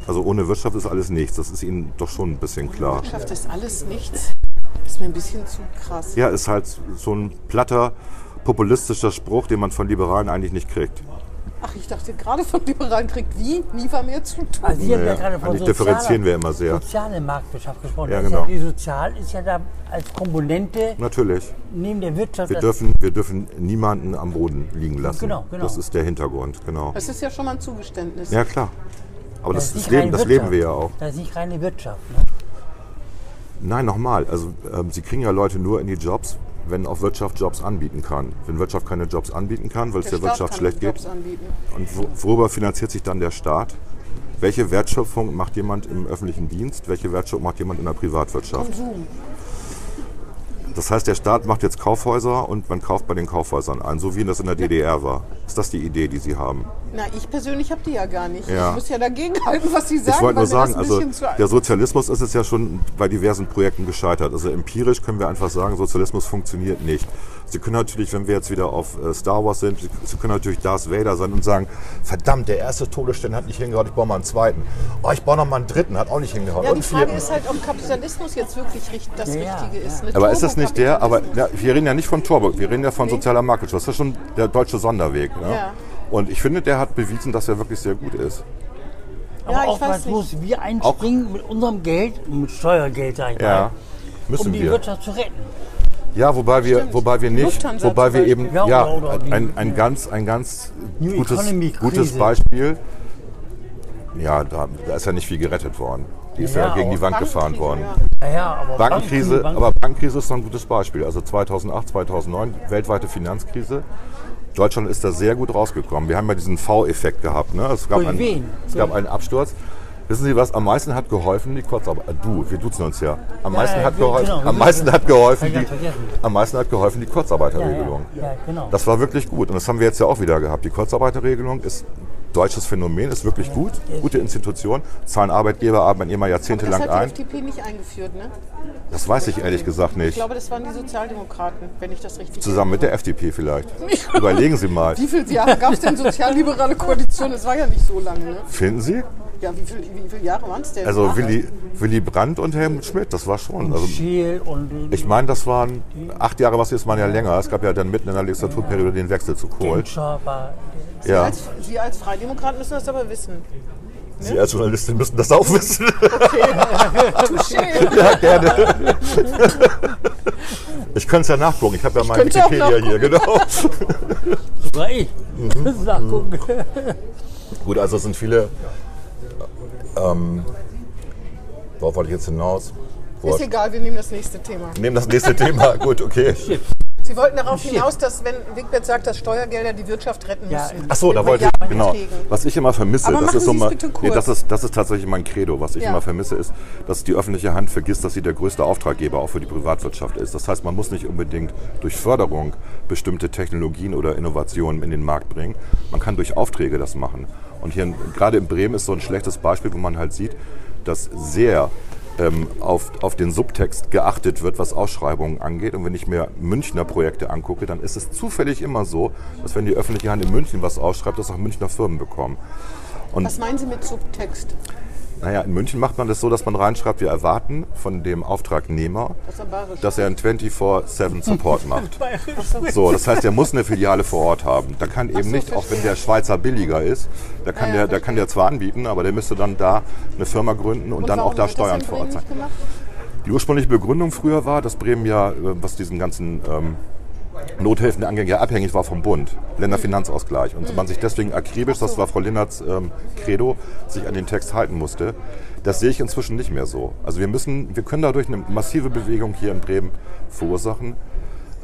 S4: also ohne Wirtschaft ist alles nichts. Das ist Ihnen doch schon ein bisschen klar.
S3: Wirtschaft ist alles nichts. Ist mir ein bisschen zu krass.
S4: Ja, ist halt so ein platter, populistischer Spruch, den man von Liberalen eigentlich nicht kriegt.
S3: Ach, ich dachte gerade von Liberalen kriegt wie nie war mehr zu tun.
S2: also Sie haben ja
S4: Naja,
S2: gerade von
S4: eigentlich differenzieren wir
S2: sozialer,
S4: immer sehr.
S2: soziale Marktwirtschaft gesprochen.
S4: Ja,
S2: Das ist
S4: genau.
S2: ja, die Sozial ist ja da als Komponente
S4: Natürlich.
S2: neben der Wirtschaft.
S4: Wir
S2: das-
S4: dürfen, wir dürfen niemanden am Boden liegen lassen.
S2: Genau, genau.
S4: Das ist der Hintergrund, genau.
S3: Das ist ja schon mal ein Zugeständnis.
S4: Ja, klar. Aber das,
S2: ist
S4: das,
S2: nicht
S4: leben,
S2: reine
S4: das
S2: Wirtschaft.
S4: leben wir ja auch.
S2: Das ist nicht reine Wirtschaft. Ne?
S4: Nein, nochmal. Also, ähm, Sie kriegen ja Leute nur in die Jobs, wenn auch Wirtschaft Jobs anbieten kann. Wenn Wirtschaft keine Jobs anbieten kann, weil es der,
S3: Staat
S4: Wirtschaft
S3: kann
S4: schlecht
S3: Jobs
S4: geht.
S3: anbieten.
S4: Und wo, worüber finanziert sich dann der Staat? Welche Wertschöpfung macht jemand im öffentlichen Dienst? Welche Wertschöpfung macht jemand in der Privatwirtschaft?
S3: Konsum.
S4: Das heißt, der Staat macht jetzt Kaufhäuser und man kauft bei den Kaufhäusern ein, so wie das in der DDR war. Ist das die Idee, die Sie haben?
S3: Na, ich persönlich habe die ja gar nicht.
S4: Ja.
S3: Ich muss ja dagegenhalten, was Sie sagen.
S4: Ich wollte
S3: weil
S4: nur
S3: mir das
S4: sagen,
S3: ein
S4: also
S3: bisschen zu-
S4: der Sozialismus ist es ja schon bei diversen Projekten gescheitert. Also empirisch können wir einfach sagen, Sozialismus funktioniert nicht. Sie können natürlich, wenn wir jetzt wieder auf äh, Star Wars sind, Sie- Sie können natürlich Darth Vader sein und sagen, verdammt, der erste Todesstern hat nicht hingehauen, ich baue mal einen zweiten. Oh, ich baue noch mal einen dritten, hat auch nicht hingehauen.
S3: ja,
S4: und
S3: die
S4: einen
S3: Frage
S4: vierten.
S3: ist halt, ob Kapitalismus jetzt wirklich richt- das
S2: Ja, ja,
S3: Richtige
S2: ja.
S3: ist. ne?
S4: aber ist das nicht der, aber ja,
S3: Turbokapitalismus.
S4: wir reden ja nicht von Turbo, wir reden ja von sozialer Marktwirtschaft. Das ist schon der deutsche Sonderweg. Ne?
S3: Ja.
S4: Und ich finde, der hat bewiesen, dass er wirklich sehr gut ist.
S2: Aber
S3: ich weiß
S2: oftmals
S3: nicht.
S2: müssen wir einspringen mit unserem Geld, mit Steuergeld, sag ich mal,
S4: Müssen
S2: um die
S4: wir.
S2: Wirtschaft zu retten.
S4: Ja, wobei wir,
S3: Stimmt.
S4: wobei wir nicht,
S3: Lufthansa
S4: wobei
S3: zum
S4: wir
S3: Beispiel.
S4: eben,
S2: Ja,
S4: ja,
S2: oder- oder die-
S4: ein, ein ganz, ein ganz
S2: New
S4: gutes,
S2: Economy Krise.
S4: gutes Beispiel. Ja, da, da ist ja nicht viel gerettet worden. Die ist ja,
S2: Ja,
S4: gegen die
S2: aber
S4: Wand gefahren worden.
S3: Bankenkrise,
S2: Ja, ja, aber
S4: Bankenkrise,
S2: Banken-
S4: aber Bankenkrise ist noch ein gutes Beispiel. Also 2008, 2009, weltweite Finanzkrise. Deutschland ist da sehr gut rausgekommen. Wir haben ja diesen V-Effekt gehabt. Ne? Es, gab
S2: Durch wen?
S4: einen, es gab einen Absturz. Wissen Sie was? Am meisten hat geholfen die Kurzarbeit. äh, Du, wir duzen uns ja. Am meisten
S2: ja,
S4: hat
S2: genau,
S4: geholfen.
S2: wir
S4: Am
S2: duzen
S4: meisten
S2: uns.
S4: hat geholfen
S2: Hab ich
S4: die.
S2: ganz vergessen.
S4: Am meisten hat geholfen die Kurzarbeiterregelung.
S2: Ja, ja, ja, genau.
S4: Das war wirklich gut und das haben wir jetzt ja auch wieder gehabt. Die Kurzarbeiterregelung ist deutsches Phänomen, ist wirklich gut. Gute Institution, zahlen Arbeitgeber, Arbeitnehmer
S3: Das
S4: jahrzehntelang
S3: hat die
S4: ein.
S3: FDP nicht eingeführt, ne?
S4: Das weiß ich ehrlich gesagt
S3: Ich
S4: nicht.
S3: glaube, das waren die Sozialdemokraten, wenn ich das richtig
S4: Zusammen mit der FDP vielleicht. Überlegen Sie mal.
S3: Wie viele Jahre gab es denn sozialliberale Koalition? Das war ja nicht so lange, ne?
S4: Finden Sie?
S3: Ja, wie viele wie viel Jahre waren es denn?
S4: Also
S3: Acht?
S4: Willy, Willy Brandt und Helmut Schmidt, das war schon. Also
S2: Scheel und
S4: ich meine, das waren acht Jahre, was jetzt waren ja länger. Es gab ja dann mitten in der Legislaturperiode den Wechsel zu Kohl.
S2: Genscher war
S4: Ja,
S3: Als, Sie als Freidemokrat müssen das aber wissen.
S4: Sie als Journalistin müssen das auch wissen.
S3: Touché.
S4: ja, gerne. Ich könnte es ja nachgucken. Ich habe ja meine
S3: könnte auch
S4: Wikipedia hier, genau.
S2: sogar ich.
S4: Mhm.
S2: Das ist nachgucken.
S4: Gut, also es sind viele. Ähm, worauf wollte ich jetzt hinaus?
S3: Ist
S4: Wurscht.
S3: egal, wir nehmen das nächste Thema.
S4: Nehmen das nächste Thema. Gut, okay.
S3: Sie wollten darauf hinaus, dass wenn Wigbert sagt, dass Steuergelder die Wirtschaft retten
S2: Ja,
S3: müssen.
S4: Ach so, da
S3: Über
S4: wollte
S3: Jahre
S4: Genau.
S3: kriegen.
S4: Was ich immer vermisse,
S3: Aber
S4: das
S3: machen
S4: ist so
S3: Sie's
S4: mal,
S3: bitte kurz.
S4: Nee, das, ist, das ist tatsächlich mein Credo. Was ich
S3: Ja.
S4: immer vermisse, ist, dass die öffentliche Hand vergisst, dass sie der größte Auftraggeber auch für die Privatwirtschaft ist. Das heißt, man muss nicht unbedingt durch Förderung bestimmte Technologien oder Innovationen in den Markt bringen. Man kann durch Aufträge das machen. Und hier in, gerade in Bremen ist so ein schlechtes Beispiel, wo man halt sieht, dass sehr ähm, auf, auf den Subtext geachtet wird, was Ausschreibungen angeht. Und wenn ich mir Münchner Projekte angucke, dann ist es zufällig immer so, dass wenn die öffentliche Hand in München was ausschreibt, das auch Münchner Firmen bekommen.
S3: Was meinen Sie mit Subtext?
S4: Naja, in München macht man das so, dass man reinschreibt, wir erwarten von dem Auftragnehmer,
S3: Dass er bayerisch
S4: dass er einen 24-7-Support macht. So, das heißt, er muss eine Filiale vor Ort haben. Da kann eben nicht, auch wenn der Schweizer billiger ist, da
S3: Ah,
S4: kann, der, da kann der zwar anbieten, aber der müsste dann da eine Firma gründen und, dann auch
S3: warum
S4: da
S3: wird das
S4: Steuern
S3: in
S4: vor Ort
S3: Bremen
S4: zahlen.
S3: nicht gemacht?
S4: Die ursprüngliche Begründung früher war, dass Bremen ja, äh, was diesen ganzen ähm, Nothilfen angeht, ja abhängig war vom Bund, Länderfinanzausgleich. Und man sich deswegen akribisch, das war Frau Linnerts ähm, Credo, sich an den Text halten musste. Das sehe ich inzwischen nicht mehr so. Also wir müssen, wir können dadurch eine massive Bewegung hier in Bremen verursachen.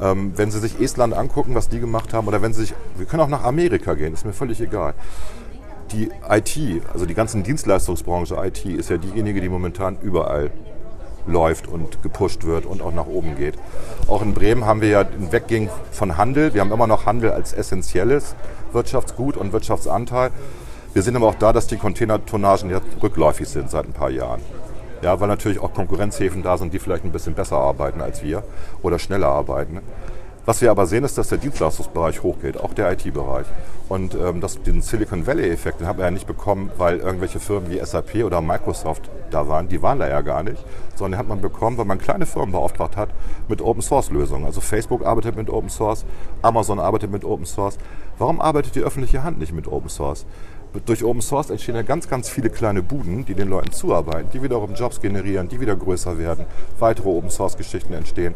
S4: Ähm, wenn Sie sich Estland angucken, was die gemacht haben, oder wenn Sie sich, wir können auch nach Amerika gehen, ist mir völlig egal die IT, also die ganzen Dienstleistungsbranche IT, ist ja diejenige, die momentan überall läuft und gepusht wird und auch nach oben geht. Auch in Bremen haben wir ja ein Weggehen von Handel. Wir haben immer noch Handel als essentielles Wirtschaftsgut und Wirtschaftsanteil. Wir sehen aber auch da, dass die Containertonnagen ja rückläufig sind seit ein paar Jahren. Ja, weil natürlich auch Konkurrenzhäfen da sind, die vielleicht ein bisschen besser arbeiten als wir oder schneller arbeiten. Was wir aber sehen, ist, dass der Dienstleistungsbereich hochgeht, auch der IT-Bereich. Und ähm, das, den Silicon Valley-Effekt, den hat man ja nicht bekommen, weil irgendwelche Firmen wie SAP oder Microsoft da waren. Die waren da ja gar nicht, sondern den hat man bekommen, weil man kleine Firmen beauftragt hat mit Open-Source-Lösungen. Also Facebook arbeitet mit Open Source, Amazon arbeitet mit Open Source. Warum arbeitet die öffentliche Hand nicht mit Open Source? Durch Open Source entstehen ja ganz, ganz viele kleine Buden, die den Leuten zuarbeiten, die wiederum Jobs generieren, die wieder größer werden, weitere Open Source Geschichten entstehen.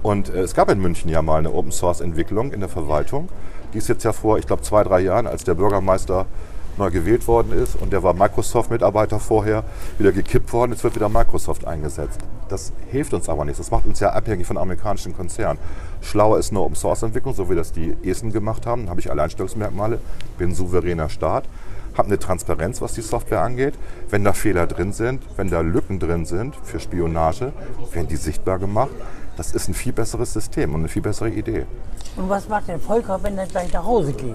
S4: Und äh, es gab in München ja mal eine Open Source Entwicklung in der Verwaltung. Die ist jetzt ja vor, ich glaube, zwei, drei Jahren, als der Bürgermeister neu gewählt worden ist und der war Microsoft-Mitarbeiter vorher, wieder gekippt worden, jetzt wird wieder Microsoft eingesetzt. Das hilft uns aber nichts, das macht uns ja abhängig von amerikanischen Konzernen. Schlauer ist eine Open-Source-Entwicklung, so wie das die Esten gemacht haben, Da habe ich Alleinstellungsmerkmale, bin souveräner Staat, habe eine Transparenz, was die Software angeht. Wenn da Fehler drin sind, wenn da Lücken drin sind für Spionage, werden die sichtbar gemacht. Das ist ein viel besseres System und eine viel bessere Idee.
S2: Und was macht der Volker, wenn er gleich nach Hause geht?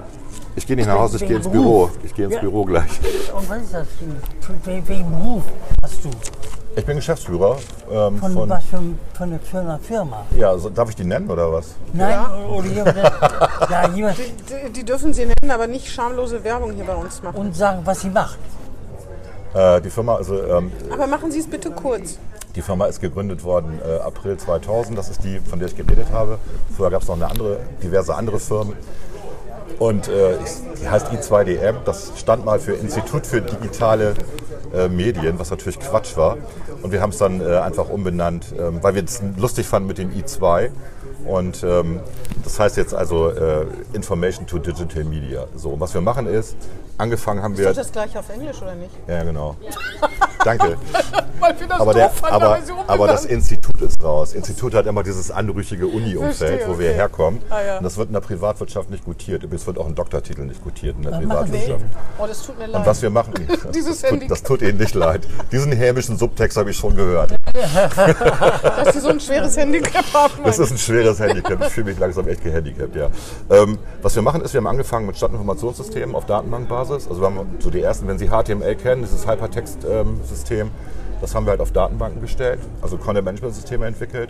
S4: Ich gehe nicht nach Hause, ich gehe ins
S2: Wegen
S4: Büro.
S2: Beruf.
S4: Ich gehe ins
S2: Ja.
S4: Büro gleich.
S2: Und was ist das? für- für- für- Welchen Beruf hast du?
S4: Ich bin Geschäftsführer ähm,
S2: Von,
S4: von
S2: was für, ein- von einer Firma? Firma?
S4: Ja, so, darf ich die nennen oder was?
S2: Nein? Oder jemand, der- ja, jemand
S3: Die, die dürfen sie nennen, aber nicht schamlose Werbung hier bei uns machen.
S2: und sagen, was sie macht.
S4: Äh, die Firma, also ähm,
S3: Aber machen Sie es bitte kurz.
S4: die Firma ist gegründet worden äh, April 2000. Das ist die, von der ich geredet habe. Vorher gab es noch eine andere, diverse andere Firmen. Und äh, ich, die heißt I2DM. Das stand mal für Institut für digitale äh, Medien, was natürlich Quatsch war. Und wir haben es dann äh, einfach umbenannt, ähm, weil wir es lustig fanden mit dem I2. Und ähm, das heißt jetzt also äh, Information to Digital Media. So, und was wir machen ist, angefangen haben wir.
S3: Ist das gleich auf Englisch oder nicht?
S4: Ja, genau. Danke.
S3: Weil wir das
S4: Aber, der,
S3: doof fanden,
S4: aber,
S3: haben wir sie
S4: aber das
S3: umbenannt.
S4: Institut ist raus. Institut hat immer dieses anrüchige Uni-Umfeld,
S3: Verstehe,
S4: wo wir
S3: okay.
S4: herkommen.
S3: Ah, ja.
S4: Und das wird in der Privatwirtschaft nicht gutiert. Übrigens wird auch ein Doktortitel nicht gutiert in der
S2: machen Sie?
S4: Privatwirtschaft.
S3: Oh, das tut mir leid.
S4: Und was wir machen,
S3: Dieses
S4: das,
S3: Handy.
S4: tut, das tut Ihnen nicht leid. Diesen hämischen Subtext habe ich schon gehört.
S3: Dass Sie so ein schweres Handicap haben.
S4: Das ist ein schweres Handicap. Ich fühle mich langsam echt gehandicapt, ja. Ähm, was wir machen ist, wir haben angefangen mit Stadtinformationssystemen auf Datenbankbasis. Also wir haben so die ersten, wenn Sie HTML kennen, dieses Hypertext-System, das haben wir halt auf Datenbanken gestellt, also Content-Management-Systeme entwickelt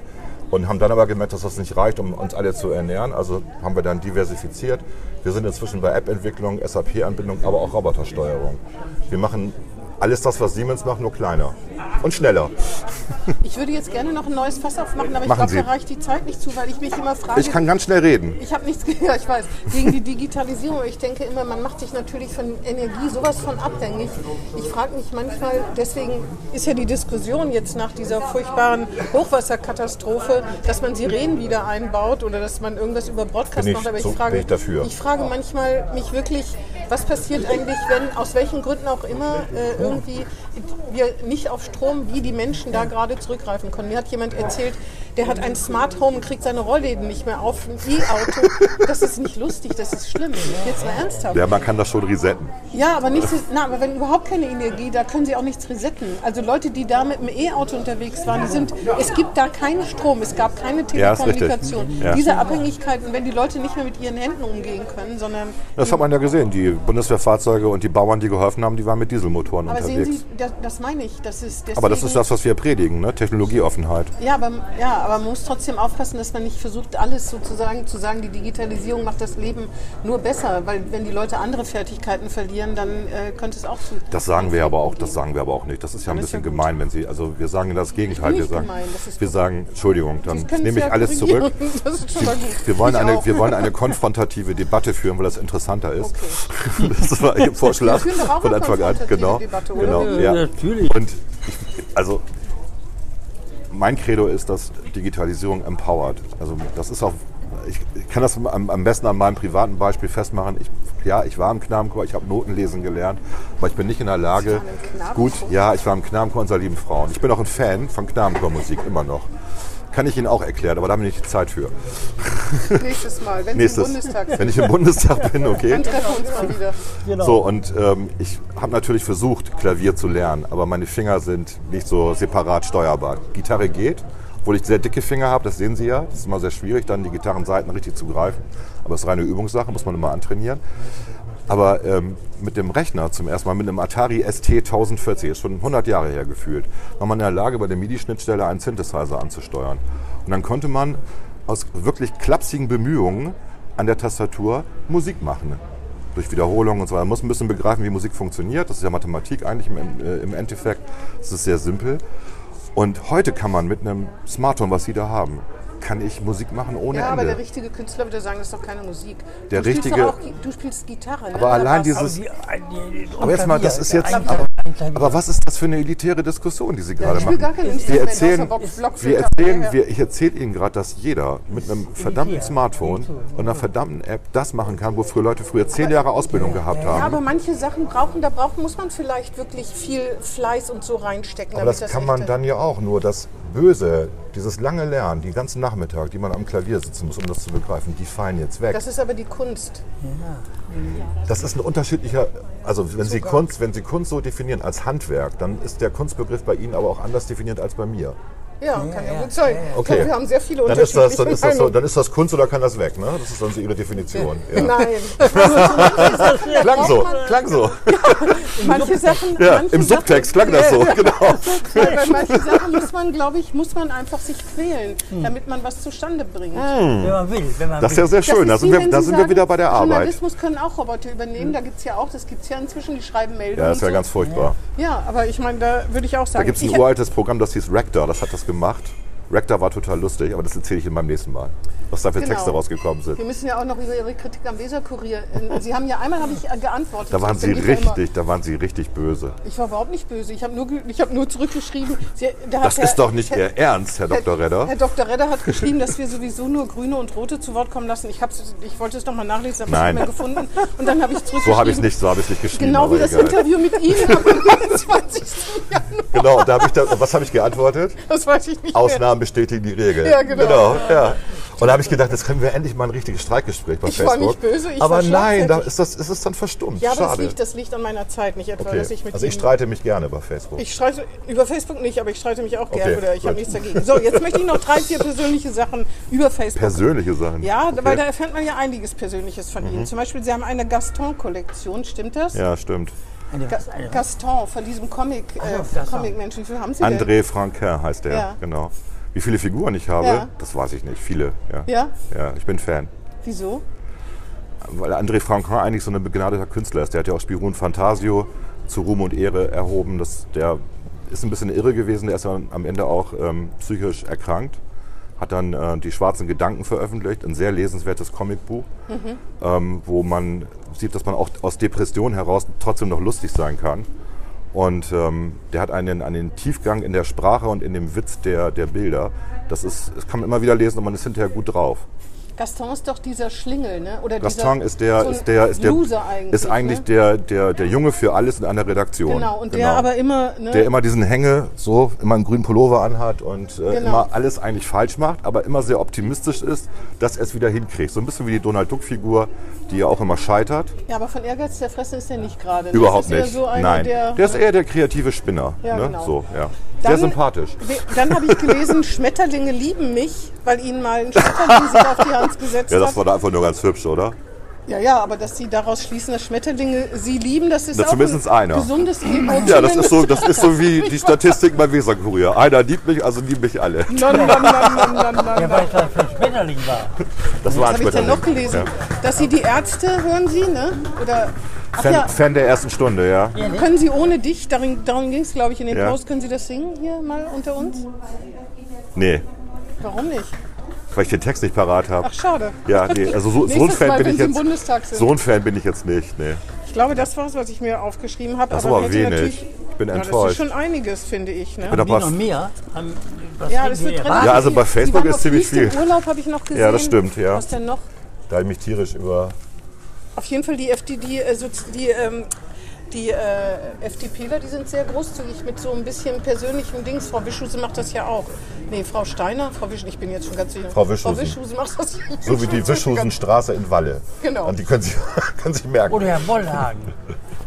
S4: und haben dann aber gemerkt, dass das nicht reicht, um uns alle zu ernähren. Also haben wir dann diversifiziert. Wir sind inzwischen bei App-Entwicklung, SAP-Anbindung, aber auch Robotersteuerung. Wir machen alles das, was Siemens macht, nur kleiner und schneller.
S3: Ich würde jetzt gerne noch ein neues Fass aufmachen, aber ich
S4: Machen
S3: glaube,
S4: Sie.
S3: da reicht die Zeit nicht zu, weil ich mich immer frage.
S4: Ich kann ganz schnell reden.
S3: Ich habe nichts gehört, ich weiß. Gegen die Digitalisierung. Ich denke immer, man macht sich natürlich von Energie sowas von abhängig. Ich frage mich manchmal, deswegen ist ja die Diskussion jetzt nach dieser furchtbaren Hochwasserkatastrophe, dass man Sirenen wieder einbaut oder dass man irgendwas über Broadcast
S4: Bin ich
S3: macht. Aber ich
S4: so-
S3: frage,
S4: bin ich dafür.
S3: frage manchmal mich wirklich, was passiert eigentlich, wenn aus welchen Gründen auch immer äh, irgendwie wir nicht auf Strom wie die Menschen da gerade zurückgreifen können. Mir hat jemand erzählt, der hat ein Smart Home und kriegt seine Rollläden nicht mehr auf, ein E-Auto. das ist nicht lustig, das ist schlimm. Jetzt mal ernsthaft.
S4: Ja, man kann das schon resetten.
S3: Ja, aber nicht, na, aber wenn überhaupt keine Energie, da können sie auch nichts resetten. Also Leute, die da mit dem E-Auto unterwegs waren, die sind, es gibt da keinen Strom, es gab keine
S4: Ja, ist richtig.
S3: Telekommunikation.
S4: Ja.
S3: Diese Abhängigkeiten, wenn die Leute nicht mehr mit ihren Händen umgehen können, sondern
S4: Das hat man ja gesehen. Die Bundeswehrfahrzeuge und die Bauern, die geholfen haben, die waren mit Dieselmotoren
S3: aber
S4: unterwegs.
S3: sehen Sie, das, das meine ich, das ist
S4: aber das ist
S3: deswegen-
S4: das, was wir predigen, ne? Technologieoffenheit.
S3: Ja aber, ja, aber man muss trotzdem aufpassen, dass man nicht versucht, alles sozusagen zu sagen, die Digitalisierung macht das Leben nur besser, weil wenn die Leute andere Fertigkeiten verlieren, dann äh, könnte es auch zu.
S4: Das sagen wir aber auch, das sagen wir aber auch nicht. Das ist ja ein
S3: Dann ist ja
S4: bisschen
S3: gut.
S4: gemein, wenn Sie, also wir sagen das Gegenteil.
S3: bin
S4: Wir
S3: nicht
S4: sagen,
S3: gemein, das ist
S4: wir
S3: gut.
S4: sagen, Entschuldigung, dann
S3: Sie können
S4: nehme
S3: es
S4: ich
S3: ja
S4: alles zurück.
S3: korrigieren. Das ist schon mal gut.
S4: Wir wollen,
S3: Ich
S4: eine,
S3: auch.
S4: wir wollen eine konfrontative Debatte führen, weil das interessanter ist. Das war Ihr Vorschlag
S3: Wir führen doch auch
S4: von
S3: eine
S4: Anfang an.
S3: konfrontative
S4: Genau,
S3: Debatte, oder?
S4: genau,
S2: Ja,
S4: ja.
S2: natürlich.
S4: Und ich, also mein Credo ist, dass Digitalisierung empowert. Also das ist auch, ich, ich kann das am, am besten an meinem privaten Beispiel festmachen. Ich, ja, ich war im Knabenchor, ich habe Noten lesen gelernt, aber ich bin nicht in der Lage,
S3: waren im Knabenchor?
S4: gut, ja, ich war im Knabenchor unserer lieben Frauen. Ich bin auch ein Fan von Knabenchormusik, immer noch. Kann ich Ihnen auch erklären, aber da haben wir nicht Zeit für.
S3: Nächstes Mal, wenn
S4: Nächstes,
S3: Sie im Bundestag sind,
S4: wenn ich im Bundestag bin, okay.
S3: dann treffen wir uns mal wieder.
S2: Genau.
S4: So, und ähm, ich habe natürlich versucht, Klavier zu lernen, aber meine Finger sind nicht so separat steuerbar. Gitarre geht, obwohl ich sehr dicke Finger habe, das sehen Sie ja. Das ist immer sehr schwierig, dann die Gitarrenseiten richtig zu greifen. Aber es ist reine Übungssache, muss man immer antrainieren. Aber ähm, mit dem Rechner zum ersten Mal, mit einem Atari ST 1040, ist schon 100 Jahre her gefühlt, war man in der Lage, bei der MIDI-Schnittstelle einen Synthesizer anzusteuern. Und dann konnte man aus wirklich klapsigen Bemühungen an der Tastatur Musik machen. Durch Wiederholung und so weiter. Man muss ein bisschen begreifen, wie Musik funktioniert. Das ist ja Mathematik eigentlich im, äh, im Endeffekt. Das ist sehr simpel. Und heute kann man mit einem Smartphone, was Sie da haben, kann ich Musik machen ohne
S3: Ja, aber
S4: Ende.
S3: der richtige Künstler würde sagen, das ist doch keine Musik.
S4: Der
S3: du spielst doch
S4: richtige-
S3: Auch, Gi- du spielst Gitarre. Ne?
S4: aber
S3: Oder
S4: allein
S3: was?
S4: dieses,
S2: die, die, die,
S4: Aber jetzt mal, das ist jetzt.
S2: Ein,
S4: aber,
S2: ein Klavier.
S4: aber was ist das für eine elitäre Diskussion, die Sie gerade
S3: ich will
S4: machen?
S3: gar kein
S4: wir
S3: Instrument
S4: erzählen,
S3: außer Box-
S4: wir
S3: Blockflöte,
S4: erzählen,
S3: aber-
S4: wir, ich erzähle Ihnen gerade, dass jeder mit einem verdammten Smartphone und einer verdammten App das machen kann, wofür Leute früher zehn Jahre Ausbildung gehabt
S3: Ja, aber
S4: haben.
S3: manche Sachen brauchen, da braucht, muss man vielleicht wirklich viel Fleiß und so reinstecken.
S4: Aber
S3: damit
S4: das kann man
S3: echte-
S4: dann ja auch. Nur das Böse, dieses lange Lernen, den ganzen Nachmittag, die man am Klavier sitzen muss, um das zu begreifen, die fallen jetzt weg.
S3: Das ist aber die Kunst.
S4: Das ist ein unterschiedlicher, also wenn Sie, Kunst, wenn Sie Kunst so definieren als Handwerk, dann ist der Kunstbegriff bei Ihnen aber auch anders definiert als bei mir.
S3: Ja, kann ja, gut sein.
S4: Okay.
S3: Wir haben sehr viele
S4: dann ist,
S3: unterschiedliche
S4: das, dann, ist das so,
S3: Meinungen.
S4: dann ist das Kunst oder kann das weg, ne? Das ist dann so Ihre Definition. Ja.
S3: Nein.
S4: Klang so,
S3: Braucht man-
S4: klang so.
S3: Manche Sachen.
S4: Ja,
S3: manche
S4: Im Subtext klang das so, genau.
S3: Sachen, bei manchen Sachen muss man, glaube ich, muss man einfach sich quälen,
S4: Hm.
S3: damit man was zustande bringt.
S2: wenn man will. Wenn man
S4: Das ist
S2: will.
S4: ja sehr Ah, schön, da
S3: ist
S4: sind,
S3: wie
S4: wir,
S3: wenn
S4: da
S3: Sie
S4: sind wir
S3: sagen,
S4: wieder bei der Arbeit. Hm.
S3: Journalismus können auch Roboter übernehmen, da gibt es ja auch, das gibt es ja inzwischen, die schreiben Meldungen.
S4: Ja, das wäre
S3: so.
S4: ganz furchtbar.
S3: ja, aber ich meine, da würde ich auch sagen.
S4: Da gibt es
S3: ich
S4: ein
S3: hätte-
S4: uraltes Programm, das hieß Rector, das hat das gemacht. Rector war total lustig, aber das erzähle ich Ihnen beim nächsten Mal, was da für
S3: Genau.
S4: Texte rausgekommen sind.
S3: Wir müssen ja auch noch über Ihre Kritik am Weserkurier. äh, Sie haben ja einmal habe ich äh, geantwortet.
S4: Da waren
S3: sonst
S4: Sie
S3: bin ich ja immer-
S4: richtig, da waren Sie richtig böse.
S3: Ich war überhaupt nicht böse. Ich habe nur, ge- ich hab nur zurückgeschrieben. Sie, da hat
S4: Das
S3: Herr-
S4: ist doch nicht
S3: Herr,
S4: Ihr Ernst, Herr Dr. Redder.
S3: Herr Dr. Redder hat geschrieben, dass wir sowieso nur Grüne und Rote zu Wort kommen lassen. Ich, hab's, ich wollte es nochmal nachlesen, aber
S4: Nein.
S3: ich nicht mehr gefunden. Und dann habe ich zurückgeschrieben.
S4: So habe ich es nicht, so habe ich es nicht geschrieben.
S3: Genau
S4: aber
S3: wie das
S4: egal.
S3: Interview mit Ihnen am 20. Januar.
S4: Genau, und da habe ich da, was habe ich geantwortet?
S3: Das weiß ich nicht mehr.
S4: Ausnahmen bestätigen die Regel.
S3: Ja, genau.
S4: ja. Und da habe ich gedacht, jetzt können wir endlich mal ein richtiges Streitgespräch bei
S3: Ich war
S4: Facebook.
S3: nicht böse, ich
S4: aber
S3: war
S4: nein, da
S3: schlagfertig.
S4: ist, das, ist es dann verstummt.
S3: Ja, aber das
S4: Schade.
S3: liegt, das liegt an meiner Zeit, nicht etwa,
S4: okay.
S3: dass ich mit
S4: also ich
S3: Ihnen-
S4: streite mich gerne bei Facebook.
S3: Ich streite über Facebook nicht, aber ich streite mich auch gern
S4: Okay,
S3: oder ich habe
S4: gut.
S3: nichts dagegen. So, jetzt möchte ich noch drei, vier persönliche Sachen über Facebook.
S4: Persönliche Sachen.
S3: ja,
S4: okay. Mhm.
S3: weil da erfährt man ja einiges Persönliches von Ihnen. Zum Beispiel, Sie haben eine Gaston-Kollektion, stimmt das?
S4: Ja, stimmt.
S2: Eine,
S3: Ga
S2: eine,
S3: Gaston von diesem Comic, äh,
S2: Ach, Gaston.
S3: Comic-Menschen. Wie viel haben Sie denn?
S4: André Franquin heißt der,
S3: Ja.
S4: genau. Wie viele Figuren ich habe,
S3: Ja.
S4: das weiß ich nicht. Viele, ja.
S3: Ja?
S4: Ja, ich bin Fan.
S3: Wieso?
S4: Weil André Franquin eigentlich so ein begnadeter Künstler ist. Der hat ja auch Spirun Fantasio zu Ruhm und Ehre erhoben. Das, der ist ein bisschen irre gewesen. Der ist dann am Ende auch ähm, psychisch erkrankt. Hat dann äh, die schwarzen Gedanken veröffentlicht. Ein sehr lesenswertes Comicbuch, ähm, wo man sieht, dass man auch aus Depressionen heraus trotzdem noch lustig sein kann. Und ähm, der hat einen, einen Tiefgang in der Sprache und in dem Witz der, der Bilder. Das, ist, das kann man immer wieder lesen und man ist hinterher gut drauf.
S3: Gaston ist doch dieser Schlingel, ne? Oder
S4: Gaston
S3: dieser,
S4: ist der,
S3: so ein
S4: ist der, ist der,
S3: Loser eigentlich.
S4: ist eigentlich
S3: ne?
S4: der, der, der Junge für alles in einer Redaktion.
S3: Genau, und der aber immer, ne?
S4: der immer diesen Hänge, so immer einen grünen Pullover anhat und äh,
S3: Genau.
S4: immer alles eigentlich falsch macht, aber immer sehr optimistisch ist, dass er es wieder hinkriegt. So ein bisschen wie die Donald Duck-Figur, die ja auch immer scheitert.
S3: ja, aber von Ehrgeiz der Fresse ist der nicht gerade. ne?
S4: Überhaupt
S3: das ist
S4: nicht.
S3: Ja so einer,
S4: Nein.
S3: Der,
S4: Der, ist eher der kreative Spinner.
S3: Ja,
S4: ne?
S3: genau.
S4: so, ja.
S3: Dann-
S4: sehr sympathisch.
S3: We- Dann habe ich gelesen, Schmetterlinge lieben mich, weil ihnen mal ein Schmetterling sich auf die Hand gesetzt
S4: Ja, das
S3: hat.
S4: war da einfach nur ganz hübsch, oder?
S3: Ja, ja, aber dass sie daraus schließen, dass Schmetterlinge sie lieben, das ist
S4: Na,
S3: auch
S4: zumindest
S3: ein
S4: einer.
S3: gesundes Emotionen.
S4: Ja, das ist so, das ist so wie die Statistik bei Weserkurier. Einer liebt mich, also lieben mich alle.
S3: Non, non, non, non, non, non.
S2: Wer weiß, was für ein Schmetterling war.
S4: Das war
S3: Was
S4: ein
S3: habe ich denn
S4: Schmetterling.
S3: noch gelesen? Dass sie die Ärzte hören sie, ne? Oder
S4: Ja.
S3: ach
S4: Fan,
S3: ja,
S4: Fan der ersten Stunde, ja.
S3: können sie ohne dich, darin, darum ging es, glaube ich, in den
S4: Ja.
S3: Post, können sie das singen hier mal unter uns?
S4: Nee,
S3: Warum nicht?
S4: weil ich den Text nicht parat habe.
S3: Ach, schade.
S4: Ja, nee, also so, so ein
S3: Nächstes
S4: Fan
S3: Mal,
S4: bin
S3: wenn
S4: ich
S3: sie im
S4: jetzt.
S3: Bundestag sind.
S4: So ein Fan bin ich jetzt nicht, nee.
S3: Ich glaube, das war es, was ich mir aufgeschrieben habe.
S4: Das ist aber
S3: hätte
S4: wenig.
S3: natürlich-
S4: Ich bin
S3: Ja, das ist
S4: enttäuscht.
S3: schon einiges, finde ich. Ne?
S4: bin
S2: Wie noch
S4: aber,
S2: mehr? Haben- was
S3: Ja,
S2: denken
S3: das wird
S2: wir?
S3: relativ
S4: Ja, also
S3: viel.
S4: bei
S3: Sie
S4: Facebook
S3: waren
S4: ist
S3: auf
S4: ziemlich
S3: Wies
S4: viel.
S3: Im Urlaub habe ich noch gesehen.
S4: Ja, das stimmt, ja.
S3: Was denn noch?
S4: da ich mich tierisch über.
S3: Auf jeden Fall die FDP, äh, so- die, ähm, die äh, FDPler, die sind sehr großzügig mit so ein bisschen persönlichen Dings. Frau Wischuse macht das ja auch. Nee, Frau Steiner, Frau Wischuse, ich bin jetzt schon ganz sicher.
S4: Frau Wischusen.
S3: Frau Wischuse macht das ja
S4: So wie die Wischhusenstraße in Walle.
S3: Genau.
S4: Und die können sich, können sich merken.
S2: Oder Herr Wollhagen.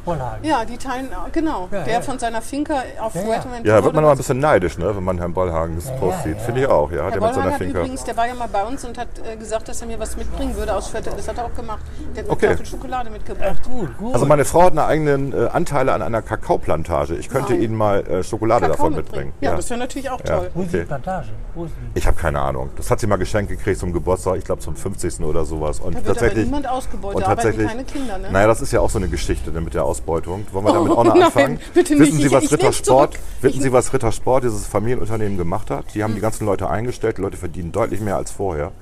S2: Wollhagen.
S3: Ja, die teilen, genau.
S2: Ja,
S3: der
S2: ja.
S3: von seiner Finca auf
S2: Ja, ja.
S4: Ja, da wird man immer ein bisschen neidisch, ne, wenn man Herrn Ballhagen das Post sieht. Finde ich auch, ja.
S3: Herr
S4: der mit
S3: Bollmann
S4: seiner
S3: hat
S4: Finca.
S3: übrigens, der war ja mal bei uns und hat äh, gesagt, dass er mir was mitbringen würde aus Viertel. Das hat er auch gemacht. Der hat mir
S4: Okay.
S3: eine Tafel Schokolade
S2: Ja,
S3: mitgebracht.
S2: gut, gut.
S4: Also meine Frau hat einen eigenen äh, Anteile an einer Kakaoplantage. Ich könnte Ihnen mal äh, Schokolade
S3: Kakao
S4: davon mitbringen.
S3: Ja, das wäre natürlich auch toll.
S2: Wo ist die
S4: okay.
S2: Plantage? Wo ist die?
S4: Ich habe keine Ahnung. Das hat sie mal geschenkt gekriegt zum Geburtstag, ich glaube zum 50. oder sowas. Und
S3: Da wird aber
S4: tatsächlich.
S3: niemand ausgebeutet,
S4: und
S3: da arbeiten
S4: tatsächlich.
S3: keine Kinder. Ne? Oh
S4: Naja, das ist ja auch so eine Geschichte ne, mit der Ausbeutung. Wollen wir damit auch noch
S3: nein,
S4: anfangen?
S3: bitte nicht.
S4: Wissen Sie,
S3: Ich-
S4: was
S3: ich nehm's
S4: Rittersport,
S3: zurück.
S4: wissen Sie, was Rittersport, dieses Familienunternehmen gemacht hat? Die haben
S3: Hm.
S4: die ganzen Leute eingestellt, die Leute verdienen deutlich mehr als vorher.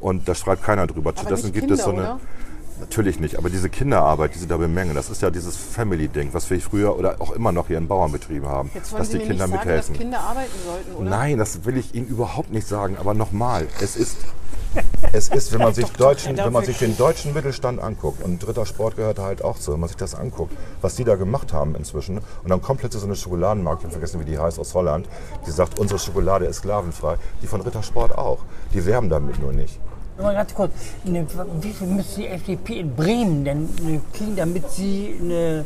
S4: Und da schreibt keiner drüber.
S3: Aber
S4: Stattdessen
S3: nicht
S4: gibt es
S3: Kinder,
S4: so eine.
S3: oder?
S4: Natürlich nicht, aber diese Kinderarbeit, die sie da bemängeln, das ist ja dieses Family-Ding, was wir früher oder auch immer noch hier in Bauernbetrieben haben,
S3: Jetzt wollen
S4: dass
S3: Sie
S4: die
S3: mir
S4: Kinder
S3: nicht sagen,
S4: mithelfen.
S3: dass Kinder arbeiten sollten, oder?
S4: Nein, das will ich Ihnen überhaupt nicht sagen, aber nochmal, es ist, es ist, wenn man sich, deutschen, wenn man sich den deutschen Mittelstand anguckt, und dritter Sport gehört da halt auch zu, wenn man sich das anguckt, was die da gemacht haben inzwischen, und dann kommt plötzlich so eine Schokoladenmarke, ich habe vergessen, wie die heißt, aus Holland, die sagt, unsere Schokolade ist sklavenfrei, die von Rittersport auch, die werben damit nur nicht.
S2: Mal ganz kurz, ne, wie viel müsste die FDP in Bremen denn ne, kriegen, damit sie eine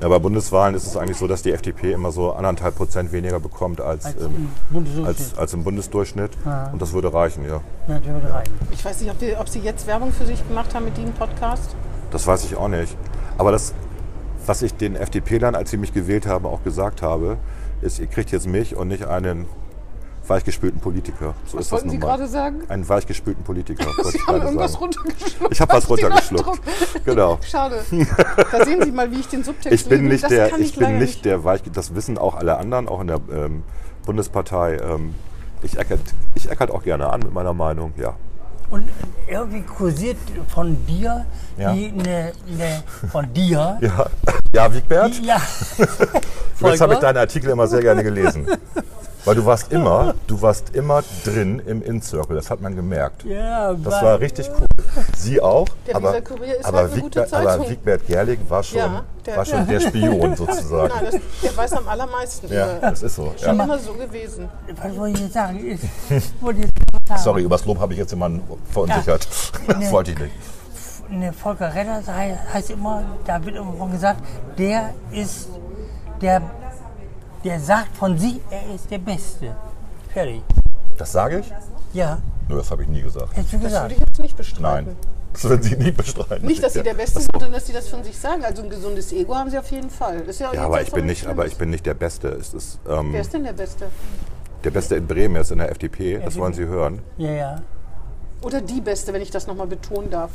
S4: Ja, bei Bundeswahlen ist es eigentlich so, dass die FDP immer so anderthalb Prozent weniger bekommt als, ähm, als,
S2: Bundesdurchschnitt
S4: als im Bundesdurchschnitt, und das würde reichen, ja.
S2: natürlich rein?
S3: Ich weiß nicht, ob, die, ob Sie jetzt Werbung für sich gemacht haben mit diesem Podcast.
S4: Das weiß ich auch nicht. Aber das, was ich den FDP-Lern, als sie mich gewählt haben, auch gesagt habe, ist, ihr kriegt jetzt mich und nicht einen weichgespülten Politiker. So ist das
S3: wollten
S4: nun
S3: Sie
S4: mal.
S3: gerade sagen?
S4: Einen weichgespülten Politiker. wollte
S3: Sie
S4: ich
S3: haben
S4: gerade
S3: irgendwas
S4: sagen.
S3: runtergeschluckt.
S4: Ich habe was
S3: hab den
S4: runtergeschluckt.
S3: Eindruck.
S4: Genau.
S3: Schade. Da sehen Sie mal, wie ich den Subtext
S4: Ich bin
S3: lese.
S4: nicht
S3: das
S4: der,
S3: kann
S4: ich bin
S3: leider
S4: nicht der Weich, das wissen auch alle anderen, auch in der ähm, Bundespartei. Ähm, ich eckert, ich eckert auch gerne an mit meiner Meinung, ja.
S2: Und irgendwie kursiert von dir
S4: Ja.
S2: die eine, eine von dir.
S4: Ja, ja Wiegbert?
S2: Ja.
S4: Jetzt habe ich
S2: Volker?
S4: deinen Artikel immer sehr gerne gelesen. Weil du warst immer, du warst immer drin im In-Circle, das hat man gemerkt.
S2: Ja,
S4: Das
S2: wa-
S4: war richtig cool. Sie auch.
S3: Der
S4: aber
S3: Pisa Kurier ist
S4: aber,
S3: halt eine gute
S4: Wiegbert, aber
S3: Zeitung.
S4: Wiegbert Gerling war schon,
S3: Ja,
S4: der,
S3: der-
S4: war schon der Spion sozusagen.
S3: Nein, das, der weiß am allermeisten.
S4: ja,
S3: über-
S4: das ist so.
S3: Schon
S4: Ja.
S3: immer so gewesen.
S2: was wollte ich jetzt sagen? Ich wollte jetzt gerade sagen,
S4: Sorry, übers Lob habe ich jetzt jemanden verunsichert. Das wollte ich nicht.
S2: eine Volker Redders hei- heißt immer, da wird immer von gesagt, der ist, der, der sagt von sich, er ist der Beste. Fertig.
S4: Das sage ich?
S2: Ja,
S4: Nö, das habe ich nie gesagt.
S2: hättest du
S3: Das würde
S2: gesagt.
S3: ich jetzt nicht bestreiten.
S4: Nein. Das würden Sie nie bestreiten.
S3: Nicht, dass sie
S4: Ja.
S3: der Beste sind, sondern dass sie das von sich sagen. Also ein gesundes Ego haben sie auf jeden Fall. Das ist auch
S4: Ja,
S3: jetzt
S4: aber
S3: auch
S4: ich bin
S3: voll
S4: nicht,
S3: schlimm.
S4: aber ich bin nicht der Beste. Es ist ähm,
S3: Wer ist denn der Beste?
S4: der Beste in Bremen, er ist in der FDP. Das wollen Sie hören.
S2: Ja, ja.
S3: Oder die Beste, wenn ich das nochmal betonen darf.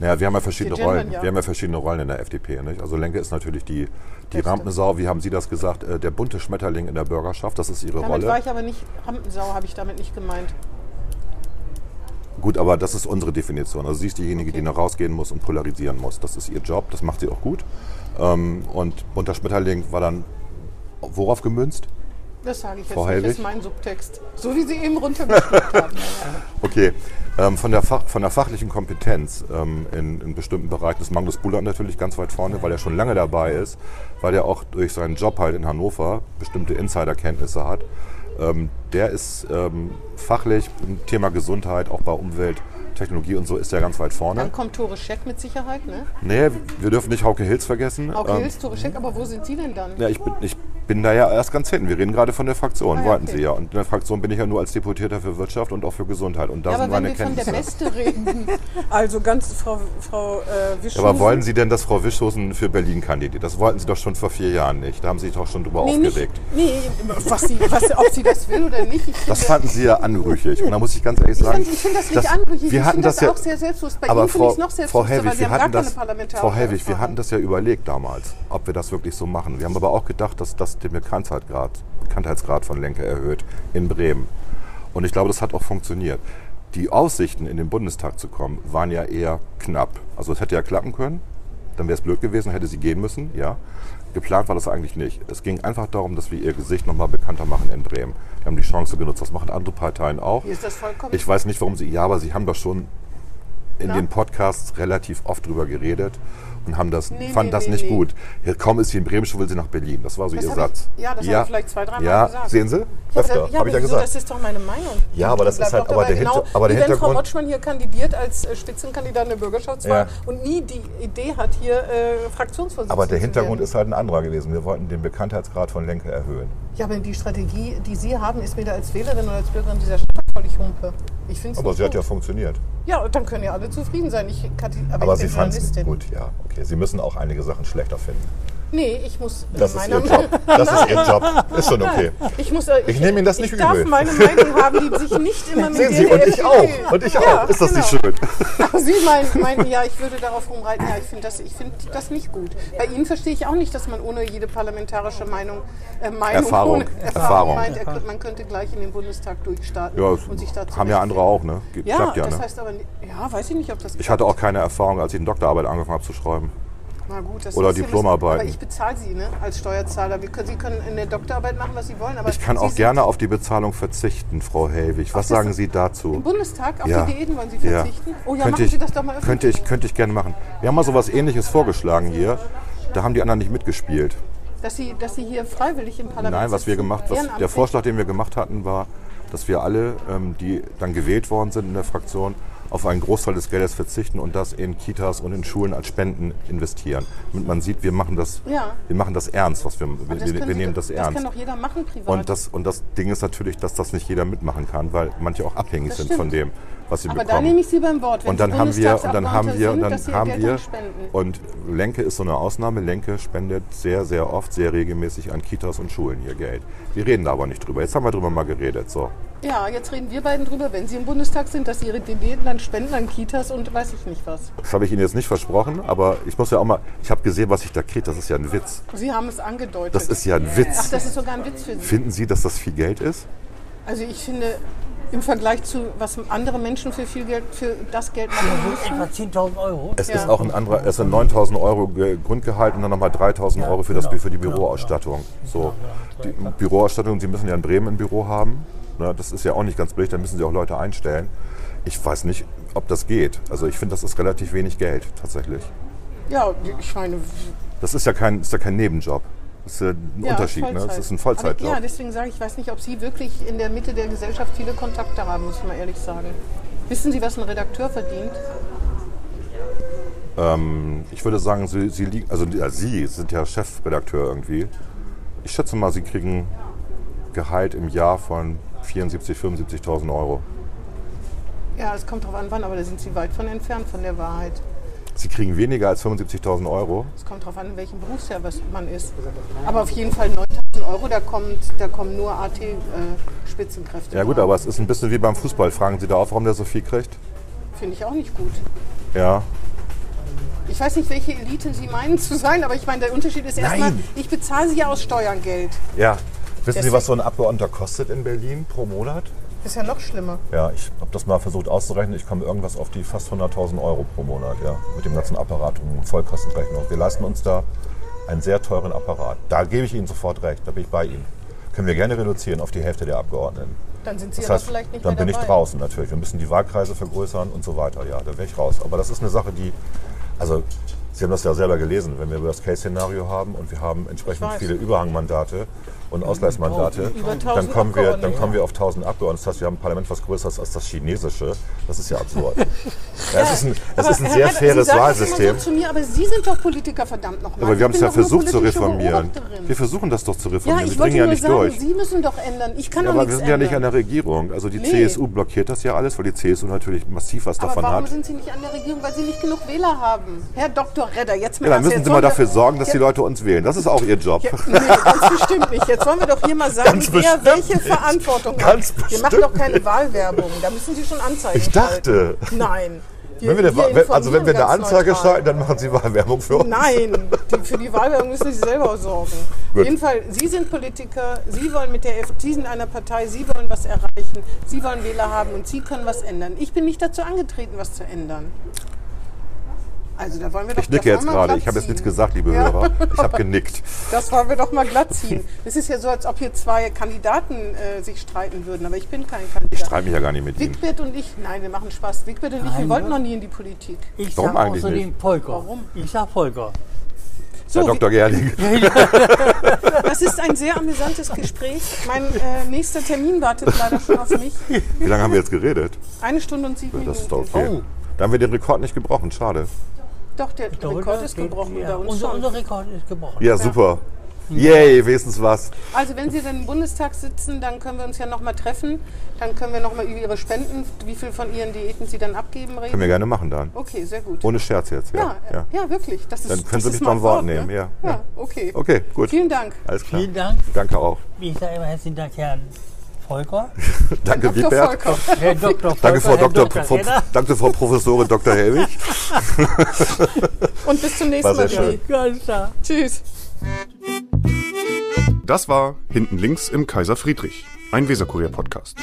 S4: Naja, wir haben ja verschiedene
S3: Wir gendern
S4: Rollen.
S3: ja.
S4: Wir haben ja verschiedene Rollen in der FDP. Nicht? Also Lenke ist natürlich die, die Rampensau, wie haben Sie das gesagt, äh, der bunte Schmetterling in der Bürgerschaft, das ist Ihre
S3: Damit war
S4: Rolle.
S3: ich aber nicht, Rampensau habe ich damit nicht gemeint.
S4: Gut, aber das ist unsere Definition. Also sie ist diejenige, die noch rausgehen muss und polarisieren muss. Das ist ihr Job, das macht sie auch gut. Ähm, und bunter Schmetterling war dann worauf gemünzt?
S3: Das sage ich jetzt
S4: Frau
S3: nicht, das
S4: Helwig? Ne?
S3: ist mein Subtext. So wie sie eben runtergeschluckt haben.
S4: Okay, Ähm, von, der Fach, von der fachlichen Kompetenz ähm, in, in bestimmten Bereichen ist Magnus Bullert natürlich ganz weit vorne, weil er schon lange dabei ist, weil er auch durch seinen Job halt in Hannover bestimmte Insiderkenntnisse hat. Ähm, der ist ähm, fachlich im Thema Gesundheit, auch bei Umwelt, Technologie und so ist er ganz weit vorne.
S3: Dann kommt Tore Scheck mit Sicherheit, ne?
S4: Nee, wir dürfen nicht Hauke Hills vergessen.
S3: Hauke
S4: Ähm,
S3: Hills, Tore Scheck, aber wo sind Sie denn dann?
S4: ja, ich bin, ich bin da ja erst ganz hinten. Wir reden gerade von der Fraktion,
S3: Ah, ja,
S4: wollten
S3: okay.
S4: Sie ja. Und in der Fraktion bin ich ja nur als Deputierter für Wirtschaft und auch für Gesundheit. Und da
S3: Ja,
S4: sind
S3: aber wenn
S4: also meine
S3: wir von der
S4: Kenntnisse.
S3: Beste reden, also ganz Frau, Frau äh, Wischow.
S4: Aber wollen Sie denn, dass Frau Wischhosen für Berlin kandidiert? Das wollten Sie doch schon vor vier Jahren nicht. Da haben Sie sich doch schon drüber
S3: nee,
S4: aufgeregt.
S3: nicht, nee, was sie, was, ob sie das will oder nicht. Ich
S4: Das
S3: finde,
S4: fanden Sie ja anrüchig. Und da muss ich ganz ehrlich sagen,
S3: ich finde find das nicht anrüchig.
S4: Wir
S3: ich
S4: hatten
S3: finde
S4: das,
S3: das,
S4: ja,
S3: auch sehr selbstlos. Bei
S4: aber
S3: Ihnen finde
S4: Frau,
S3: ich es noch
S4: Frau
S3: selbstloser, weil
S4: Helwig,
S3: Sie
S4: wir
S3: haben gar
S4: hatten das,
S3: keine Parlamentarische
S4: Frau Helwig, wir
S3: Erfahrung.
S4: hatten das ja überlegt damals, ob wir das wirklich so machen. Wir haben aber auch gedacht, dass das den Bekanntheitsgrad, Bekanntheitsgrad von Lenke erhöht in Bremen. Und ich glaube, das hat auch funktioniert. Die Aussichten, in den Bundestag zu kommen, waren ja eher knapp. Also es hätte ja klappen können, dann wäre es blöd gewesen, hätte sie gehen müssen, ja. Geplant war das eigentlich nicht. Es ging einfach darum, dass wir ihr Gesicht nochmal bekannter machen in Bremen. Wir haben die Chance genutzt. Das machen andere Parteien auch.
S3: Hier ist das vollkommen.
S4: Ich weiß nicht, warum Sie, ja, aber Sie haben da schon in den Podcasts relativ oft drüber geredet und haben das,
S3: Nee,
S4: fanden
S3: nee,
S4: das
S3: nee,
S4: nicht
S3: nee.
S4: gut. Hier, kaum ist sie in Bremen, schon will sie nach Berlin. Das war so
S3: Das
S4: Ihr
S3: hab ich-
S4: Satz.
S3: ja, das hab ich vielleicht zwei, dreimal
S4: ja,
S3: gesagt.
S4: Sehen Sie?
S3: Ja,
S4: Öfter,
S3: aber- ja,
S4: habe ich ja
S3: wieso?
S4: gesagt.
S3: Das ist doch meine Meinung.
S4: Ja, aber das
S3: Bleib
S4: ist halt-
S3: doch
S4: aber
S3: dabei,
S4: der Hinter-
S3: genau,
S4: aber der
S3: wie wenn Frau
S4: Hintergrund-
S3: Rotschmann hier kandidiert als äh, Spitzenkandidat in der Bürgerschaftswahl
S4: Ja.
S3: und nie die Idee hat, hier äh, Fraktionsvorsitzende
S4: aber der
S3: zu
S4: Hintergrund
S3: werden.
S4: ist halt ein anderer gewesen. Wir wollten den Bekanntheitsgrad von Lenke erhöhen.
S3: Ja, aber die Strategie, die Sie haben, ist mir da als Wählerin oder als Bürgerin dieser Stadt völlig humpe. Ich finde es
S4: Aber
S3: nicht
S4: sie hat ja
S3: gut.
S4: funktioniert.
S3: Ja, und dann können ja alle zufrieden sein. Ich, Kathi, aber
S4: Aber
S3: ich
S4: sie
S3: bin
S4: fanden es
S3: Journalistin.
S4: gut, ja. Okay, Sie müssen auch einige Sachen schlechter finden.
S3: Nee, ich muss äh,
S4: Das ist
S3: meiner
S4: Ihr Job. Das ist Ihr Job. Ist schon okay.
S3: Ich, muss, äh,
S4: Ich nehme Ihnen das nicht
S3: ich darf
S4: übel.
S3: meine Meinung haben, die sich nicht immer mit
S4: Sehen
S3: der
S4: Sie,
S3: der
S4: und ich
S3: FDP
S4: auch. Und ich
S3: Ja,
S4: auch. Ist das nicht
S3: genau.
S4: schön?
S3: Sie meinen, meinen, ja, ich würde darauf rumreiten. Ja, ich finde das, ich find das nicht gut. Bei Ihnen verstehe ich auch nicht, dass man ohne jede parlamentarische Meinung, äh, Meinung
S4: Erfahrung.
S3: Ohne
S4: Erfahrung.
S3: Erfahrung meint, er, könnt- man könnte gleich in den Bundestag durchstarten
S4: Ja,
S3: und sich dazu
S4: haben ja andere auch, ne? Ge-
S3: Ja,
S4: Klappt ja,
S3: das
S4: ne?
S3: heißt aber, ni- ja, weiß ich nicht, ob das.
S4: Ich hatte auch keine Erfahrung, als ich eine Doktorarbeit angefangen habe zu schreiben.
S3: Na gut, das
S4: oder
S3: ist hier
S4: Diplomarbeiten.
S3: was- Aber ich bezahle Sie ne, als Steuerzahler. Wir können, Sie können in der Doktorarbeit machen, was Sie wollen. Aber
S4: Ich kann
S3: Sie
S4: auch
S3: sind
S4: gerne auf die Bezahlung verzichten, Frau Helwig. Was
S3: das
S4: sagen
S3: ist-
S4: Sie dazu?
S3: Im Bundestag auf die Diäten wollen Sie
S4: Ja.
S3: verzichten? Oh ja, machen
S4: ich,
S3: Sie das doch mal öffentlich.
S4: Könnte ich, könnte ich gerne machen. Wir haben mal sowas ähnliches vorgeschlagen hier. Da haben die anderen nicht mitgespielt.
S3: Dass Sie, dass Sie hier freiwillig im Parlament
S4: Nein, was wir
S3: sitzen,
S4: gemacht, was, der
S3: ehrenamtlich.
S4: Vorschlag, den wir gemacht hatten, war, dass wir alle, ähm, die dann gewählt worden sind in der Fraktion, auf einen Großteil des Geldes verzichten und das in Kitas und in Schulen als Spenden investieren. Damit man sieht, wir machen das,
S3: Ja.
S4: wir machen das ernst, was wir, wir,
S3: Das
S4: wir,
S3: können
S4: wir
S3: Sie
S4: nehmen
S3: doch-
S4: das
S3: Das
S4: ernst.
S3: kann doch jeder machen privat.
S4: Und das, und das Ding ist natürlich, dass das nicht jeder mitmachen kann, weil manche auch abhängig
S3: Das
S4: sind
S3: stimmt.
S4: von dem, was sie
S3: Aber da
S4: bekommen.
S3: nehme ich Sie beim Wort. Wenn
S4: und dann
S3: Sie
S4: haben wir, und dann
S3: Bundestagsabgeordnete
S4: haben wir, und
S3: sind,
S4: dann
S3: dass Sie ihr
S4: haben
S3: Geld
S4: wir,
S3: dann spenden.
S4: und Lenke ist so eine Ausnahme. Lenke spendet sehr, sehr oft, sehr regelmäßig an Kitas und Schulen hier Geld. Wir reden da aber nicht drüber. Jetzt haben wir drüber mal geredet, so.
S3: ja, jetzt reden wir beiden drüber, wenn Sie im Bundestag sind, dass Sie Ihre Diäten dann spenden an Kitas und weiß ich nicht was.
S4: Das habe ich Ihnen jetzt nicht versprochen, aber ich muss ja auch mal, ich habe gesehen, was ich da kriege. Das ist ja ein Witz.
S3: Sie haben es angedeutet.
S4: Das ist ja ein
S3: Ach,
S4: Witz.
S3: das ist sogar ein Witz für Sie.
S4: Finden Sie, dass das viel Geld ist?
S3: Also ich finde, im Vergleich zu, was andere Menschen für viel Geld, für das Geld machen
S2: So
S3: müssen,
S2: etwa 10.000 Euro.
S4: Es
S3: Ja.
S4: ist auch ein anderer, es sind 9000 Euro Ge- Grundgehalt und dann nochmal 3000 Euro für, das,
S2: genau,
S4: für die
S2: genau,
S4: Büroausstattung. So. Die Büroausstattung, Sie müssen ja in Bremen ein Büro haben. Ne, das ist ja auch nicht ganz billig, da müssen Sie auch Leute einstellen. Ich weiß nicht, ob das geht. Also ich finde, das ist relativ wenig Geld tatsächlich.
S3: ja, ich meine,
S4: Das ist ja kein, ist ja kein Nebenjob. Das ist ja ein
S3: ja,
S4: Unterschied. Ne?
S3: Vollzeit.
S4: Das ist ein
S3: Aber,
S4: Vollzeitjob.
S3: ja, deswegen sage ich, ich weiß nicht, ob Sie wirklich in der Mitte der Gesellschaft viele Kontakte haben, muss ich mal ehrlich sagen. Wissen Sie, was ein Redakteur verdient?
S4: Ich würde sagen, Sie, Sie liegen, also ja, Sie sind ja Chefredakteur irgendwie. Ich schätze mal, Sie kriegen Gehalt im Jahr von 74.000, 75.000 Euro.
S3: Ja, es kommt drauf an, wann, aber da sind Sie weit von entfernt von der Wahrheit.
S4: Sie kriegen weniger als 75.000 Euro.
S3: Es kommt drauf an, in welchem Berufsservice man ist. Aber auf jeden Fall 9000 Euro, da, kommt, da kommen nur äh, AT-Spitzenkräfte.
S4: Ja gut, aber es ist ein bisschen wie beim Fußball. Fragen Sie da auf, warum der so viel kriegt?
S3: Finde ich auch nicht gut.
S4: Ja.
S3: Ich weiß nicht, welche Elite Sie meinen zu sein, aber ich meine, der Unterschied ist erstmal,
S4: Nein.
S3: ich bezahle Sie ja aus Steuergeld.
S4: Ja. Wissen Sie,
S3: Deswegen-
S4: was so ein Abgeordneter kostet in Berlin pro Monat?
S3: Ist ja noch schlimmer.
S4: Ja, ich habe das mal versucht auszurechnen. Ich komme irgendwas auf die fast 100.000 Euro pro Monat, ja. Mit dem ganzen Apparat und Vollkostenrechnung. Wir leisten uns da einen sehr teuren Apparat. Da gebe ich Ihnen sofort recht, da bin ich bei Ihnen. Können wir gerne reduzieren auf die Hälfte der Abgeordneten.
S3: Dann sind sie
S4: Das
S3: aber
S4: heißt,
S3: vielleicht nicht
S4: dann
S3: mehr
S4: bin ich
S3: dabei.
S4: draußen natürlich. Wir müssen die Wahlkreise vergrößern und so weiter. Ja, da wäre ich raus. Aber das ist eine Sache, die, also Sie haben das ja selber gelesen, wenn wir Worst-Case-Szenario haben und wir haben entsprechend
S3: weiß. Oh,
S4: viele Überhangmandate und Ausgleichsmandate,
S3: Über 1000
S4: dann kommen wir, dann
S3: Abgeordnete.
S4: kommen wir auf 1000 Abgeordnete. Das heißt, wir haben ein Parlament was Größeres als das chinesische. Das ist ja absurd. ja, es ist ein, es
S3: Aber
S4: ist ein
S3: Herr
S4: sehr faires
S3: Reiter, Sie sagen das immer
S4: Wahlsystem.
S3: So zu mir, aber Sie sind doch Politiker, verdammt nochmal.
S4: Aber wir haben es ja versucht zu reformieren. Wir versuchen das doch zu
S3: Ja,
S4: reformieren.
S3: ich
S4: wir
S3: wollte
S4: dringen ja
S3: nur
S4: nicht
S3: sagen,
S4: durch.
S3: Sie müssen doch ändern. Ich kann
S4: Ja,
S3: doch
S4: aber wir
S3: nichts
S4: sind ja nicht an
S3: ändern.
S4: der Regierung. Also die
S3: Nee.
S4: CSU blockiert das ja alles, weil die CSU natürlich massiv was
S3: aber
S4: davon
S3: warum
S4: hat.
S3: sind Sie nicht an der Regierung? Weil Sie nicht genug Wähler haben. Herr Dr. Redder, jetzt mal
S4: Ja, dann
S3: ganz-
S4: müssen
S3: jetzt
S4: sie mal
S3: wollen wir-
S4: dafür sorgen, dass die
S3: jetzt-
S4: Leute uns wählen. Das ist auch ihr Job.
S3: Ja, nee, ganz bestimmt nicht. Jetzt wollen wir doch hier mal sagen,
S4: Ganz
S3: wer
S4: bestimmt
S3: welche
S4: nicht.
S3: Verantwortung
S4: Ganz
S3: hat. Wir
S4: bestimmt
S3: machen doch keine Wahlwerbung. Da müssen Sie schon Anzeigen
S4: Ich dachte.
S3: Schalten. Nein.
S4: Wenn wir eine, Wa- wenn- also wenn wir eine
S3: informieren ganz
S4: Anzeige
S3: neutral.
S4: schalten, dann machen sie mal Werbung für uns.
S3: Nein, die, für die Wahlwerbung müssen Sie selber sorgen.
S4: Gut.
S3: Auf jeden Fall, Sie sind Politiker, Sie wollen mit der AfD, Sie sind einer Partei, Sie wollen was erreichen, Sie wollen Wähler haben und Sie können was ändern. Ich bin nicht dazu angetreten, was zu ändern. Also da wollen wir doch
S4: Ich nicke
S3: das
S4: jetzt
S3: wollen wir
S4: gerade.
S3: glatt
S4: Ich habe jetzt nichts
S3: ziehen.
S4: gesagt, liebe
S3: Ja.
S4: Hörer. Ich habe genickt.
S3: Das wollen wir doch mal glatt ziehen. Es ist ja so, als ob hier zwei Kandidaten äh, sich streiten würden, aber ich bin kein
S4: Ich
S3: Kandidat.
S4: streite mich ja gar nicht mit Ihnen.
S3: Wigbert und ich, nein, wir machen Spaß. Wigbert und ich, wir
S2: Nein,
S3: wollten
S2: ne?
S3: noch nie in die Politik.
S2: Ich
S4: Warum
S2: sag
S4: eigentlich
S2: außerdem
S4: nicht?
S2: Volker.
S3: Warum?
S2: Ich sag Volker.
S3: So,
S4: Herr Dr. Gerling.
S3: Das ist ein sehr amüsantes Gespräch. Mein äh, nächster Termin wartet leider schon auf mich.
S4: Wie lange haben wir jetzt geredet?
S3: Eine Stunde und sieben Minuten. Oh.
S4: Das ist doch okay. Da haben wir den Rekord nicht gebrochen. Schade.
S3: Doch, der Rekord ist gebrochen
S2: ja.
S3: bei uns
S2: Unser,
S3: schon.
S2: unser Rekord ist gebrochen.
S4: Ja, super.
S3: Hm.
S4: Yay, wenigstens was.
S3: Also wenn Sie dann im Bundestag sitzen, dann können wir uns ja nochmal treffen. Dann können wir nochmal über Ihre Spenden, wie viel von Ihren Diäten Sie dann abgeben,
S4: Können wir
S3: reden.
S4: gerne machen dann.
S3: Okay, sehr gut.
S4: Ohne Scherz jetzt.
S3: ja,
S4: Ja.
S3: äh,
S4: ja.
S3: ja, wirklich. Das ist,
S4: Dann können
S3: das
S4: Sie mich
S3: ist mein
S4: beim Wort
S3: ne?
S4: nehmen, ja,
S3: Ja,
S4: ja.
S3: okay.
S4: Okay, gut.
S3: Vielen Dank.
S4: Alles klar.
S2: Vielen Dank.
S4: Danke auch.
S2: Ich sage immer herzlichen Dank, Herrn Volker.
S4: Danke,
S3: Dr.
S4: Wiebert.
S3: Volker.
S2: Herr Dr. Volker.
S4: Danke, Frau,
S2: Herr
S4: Dr.
S2: Dr.
S4: Frau,
S2: Renner.
S4: danke Frau Professorin Dr. Helwig.
S3: Und bis zum
S4: War sehr
S3: nächsten Mal.
S4: schön.
S3: wieder.
S2: Ganz klar.
S3: Tschüss.
S1: Das war Hinten links im Kaiser Friedrich, ein Weserkurier-Podcast.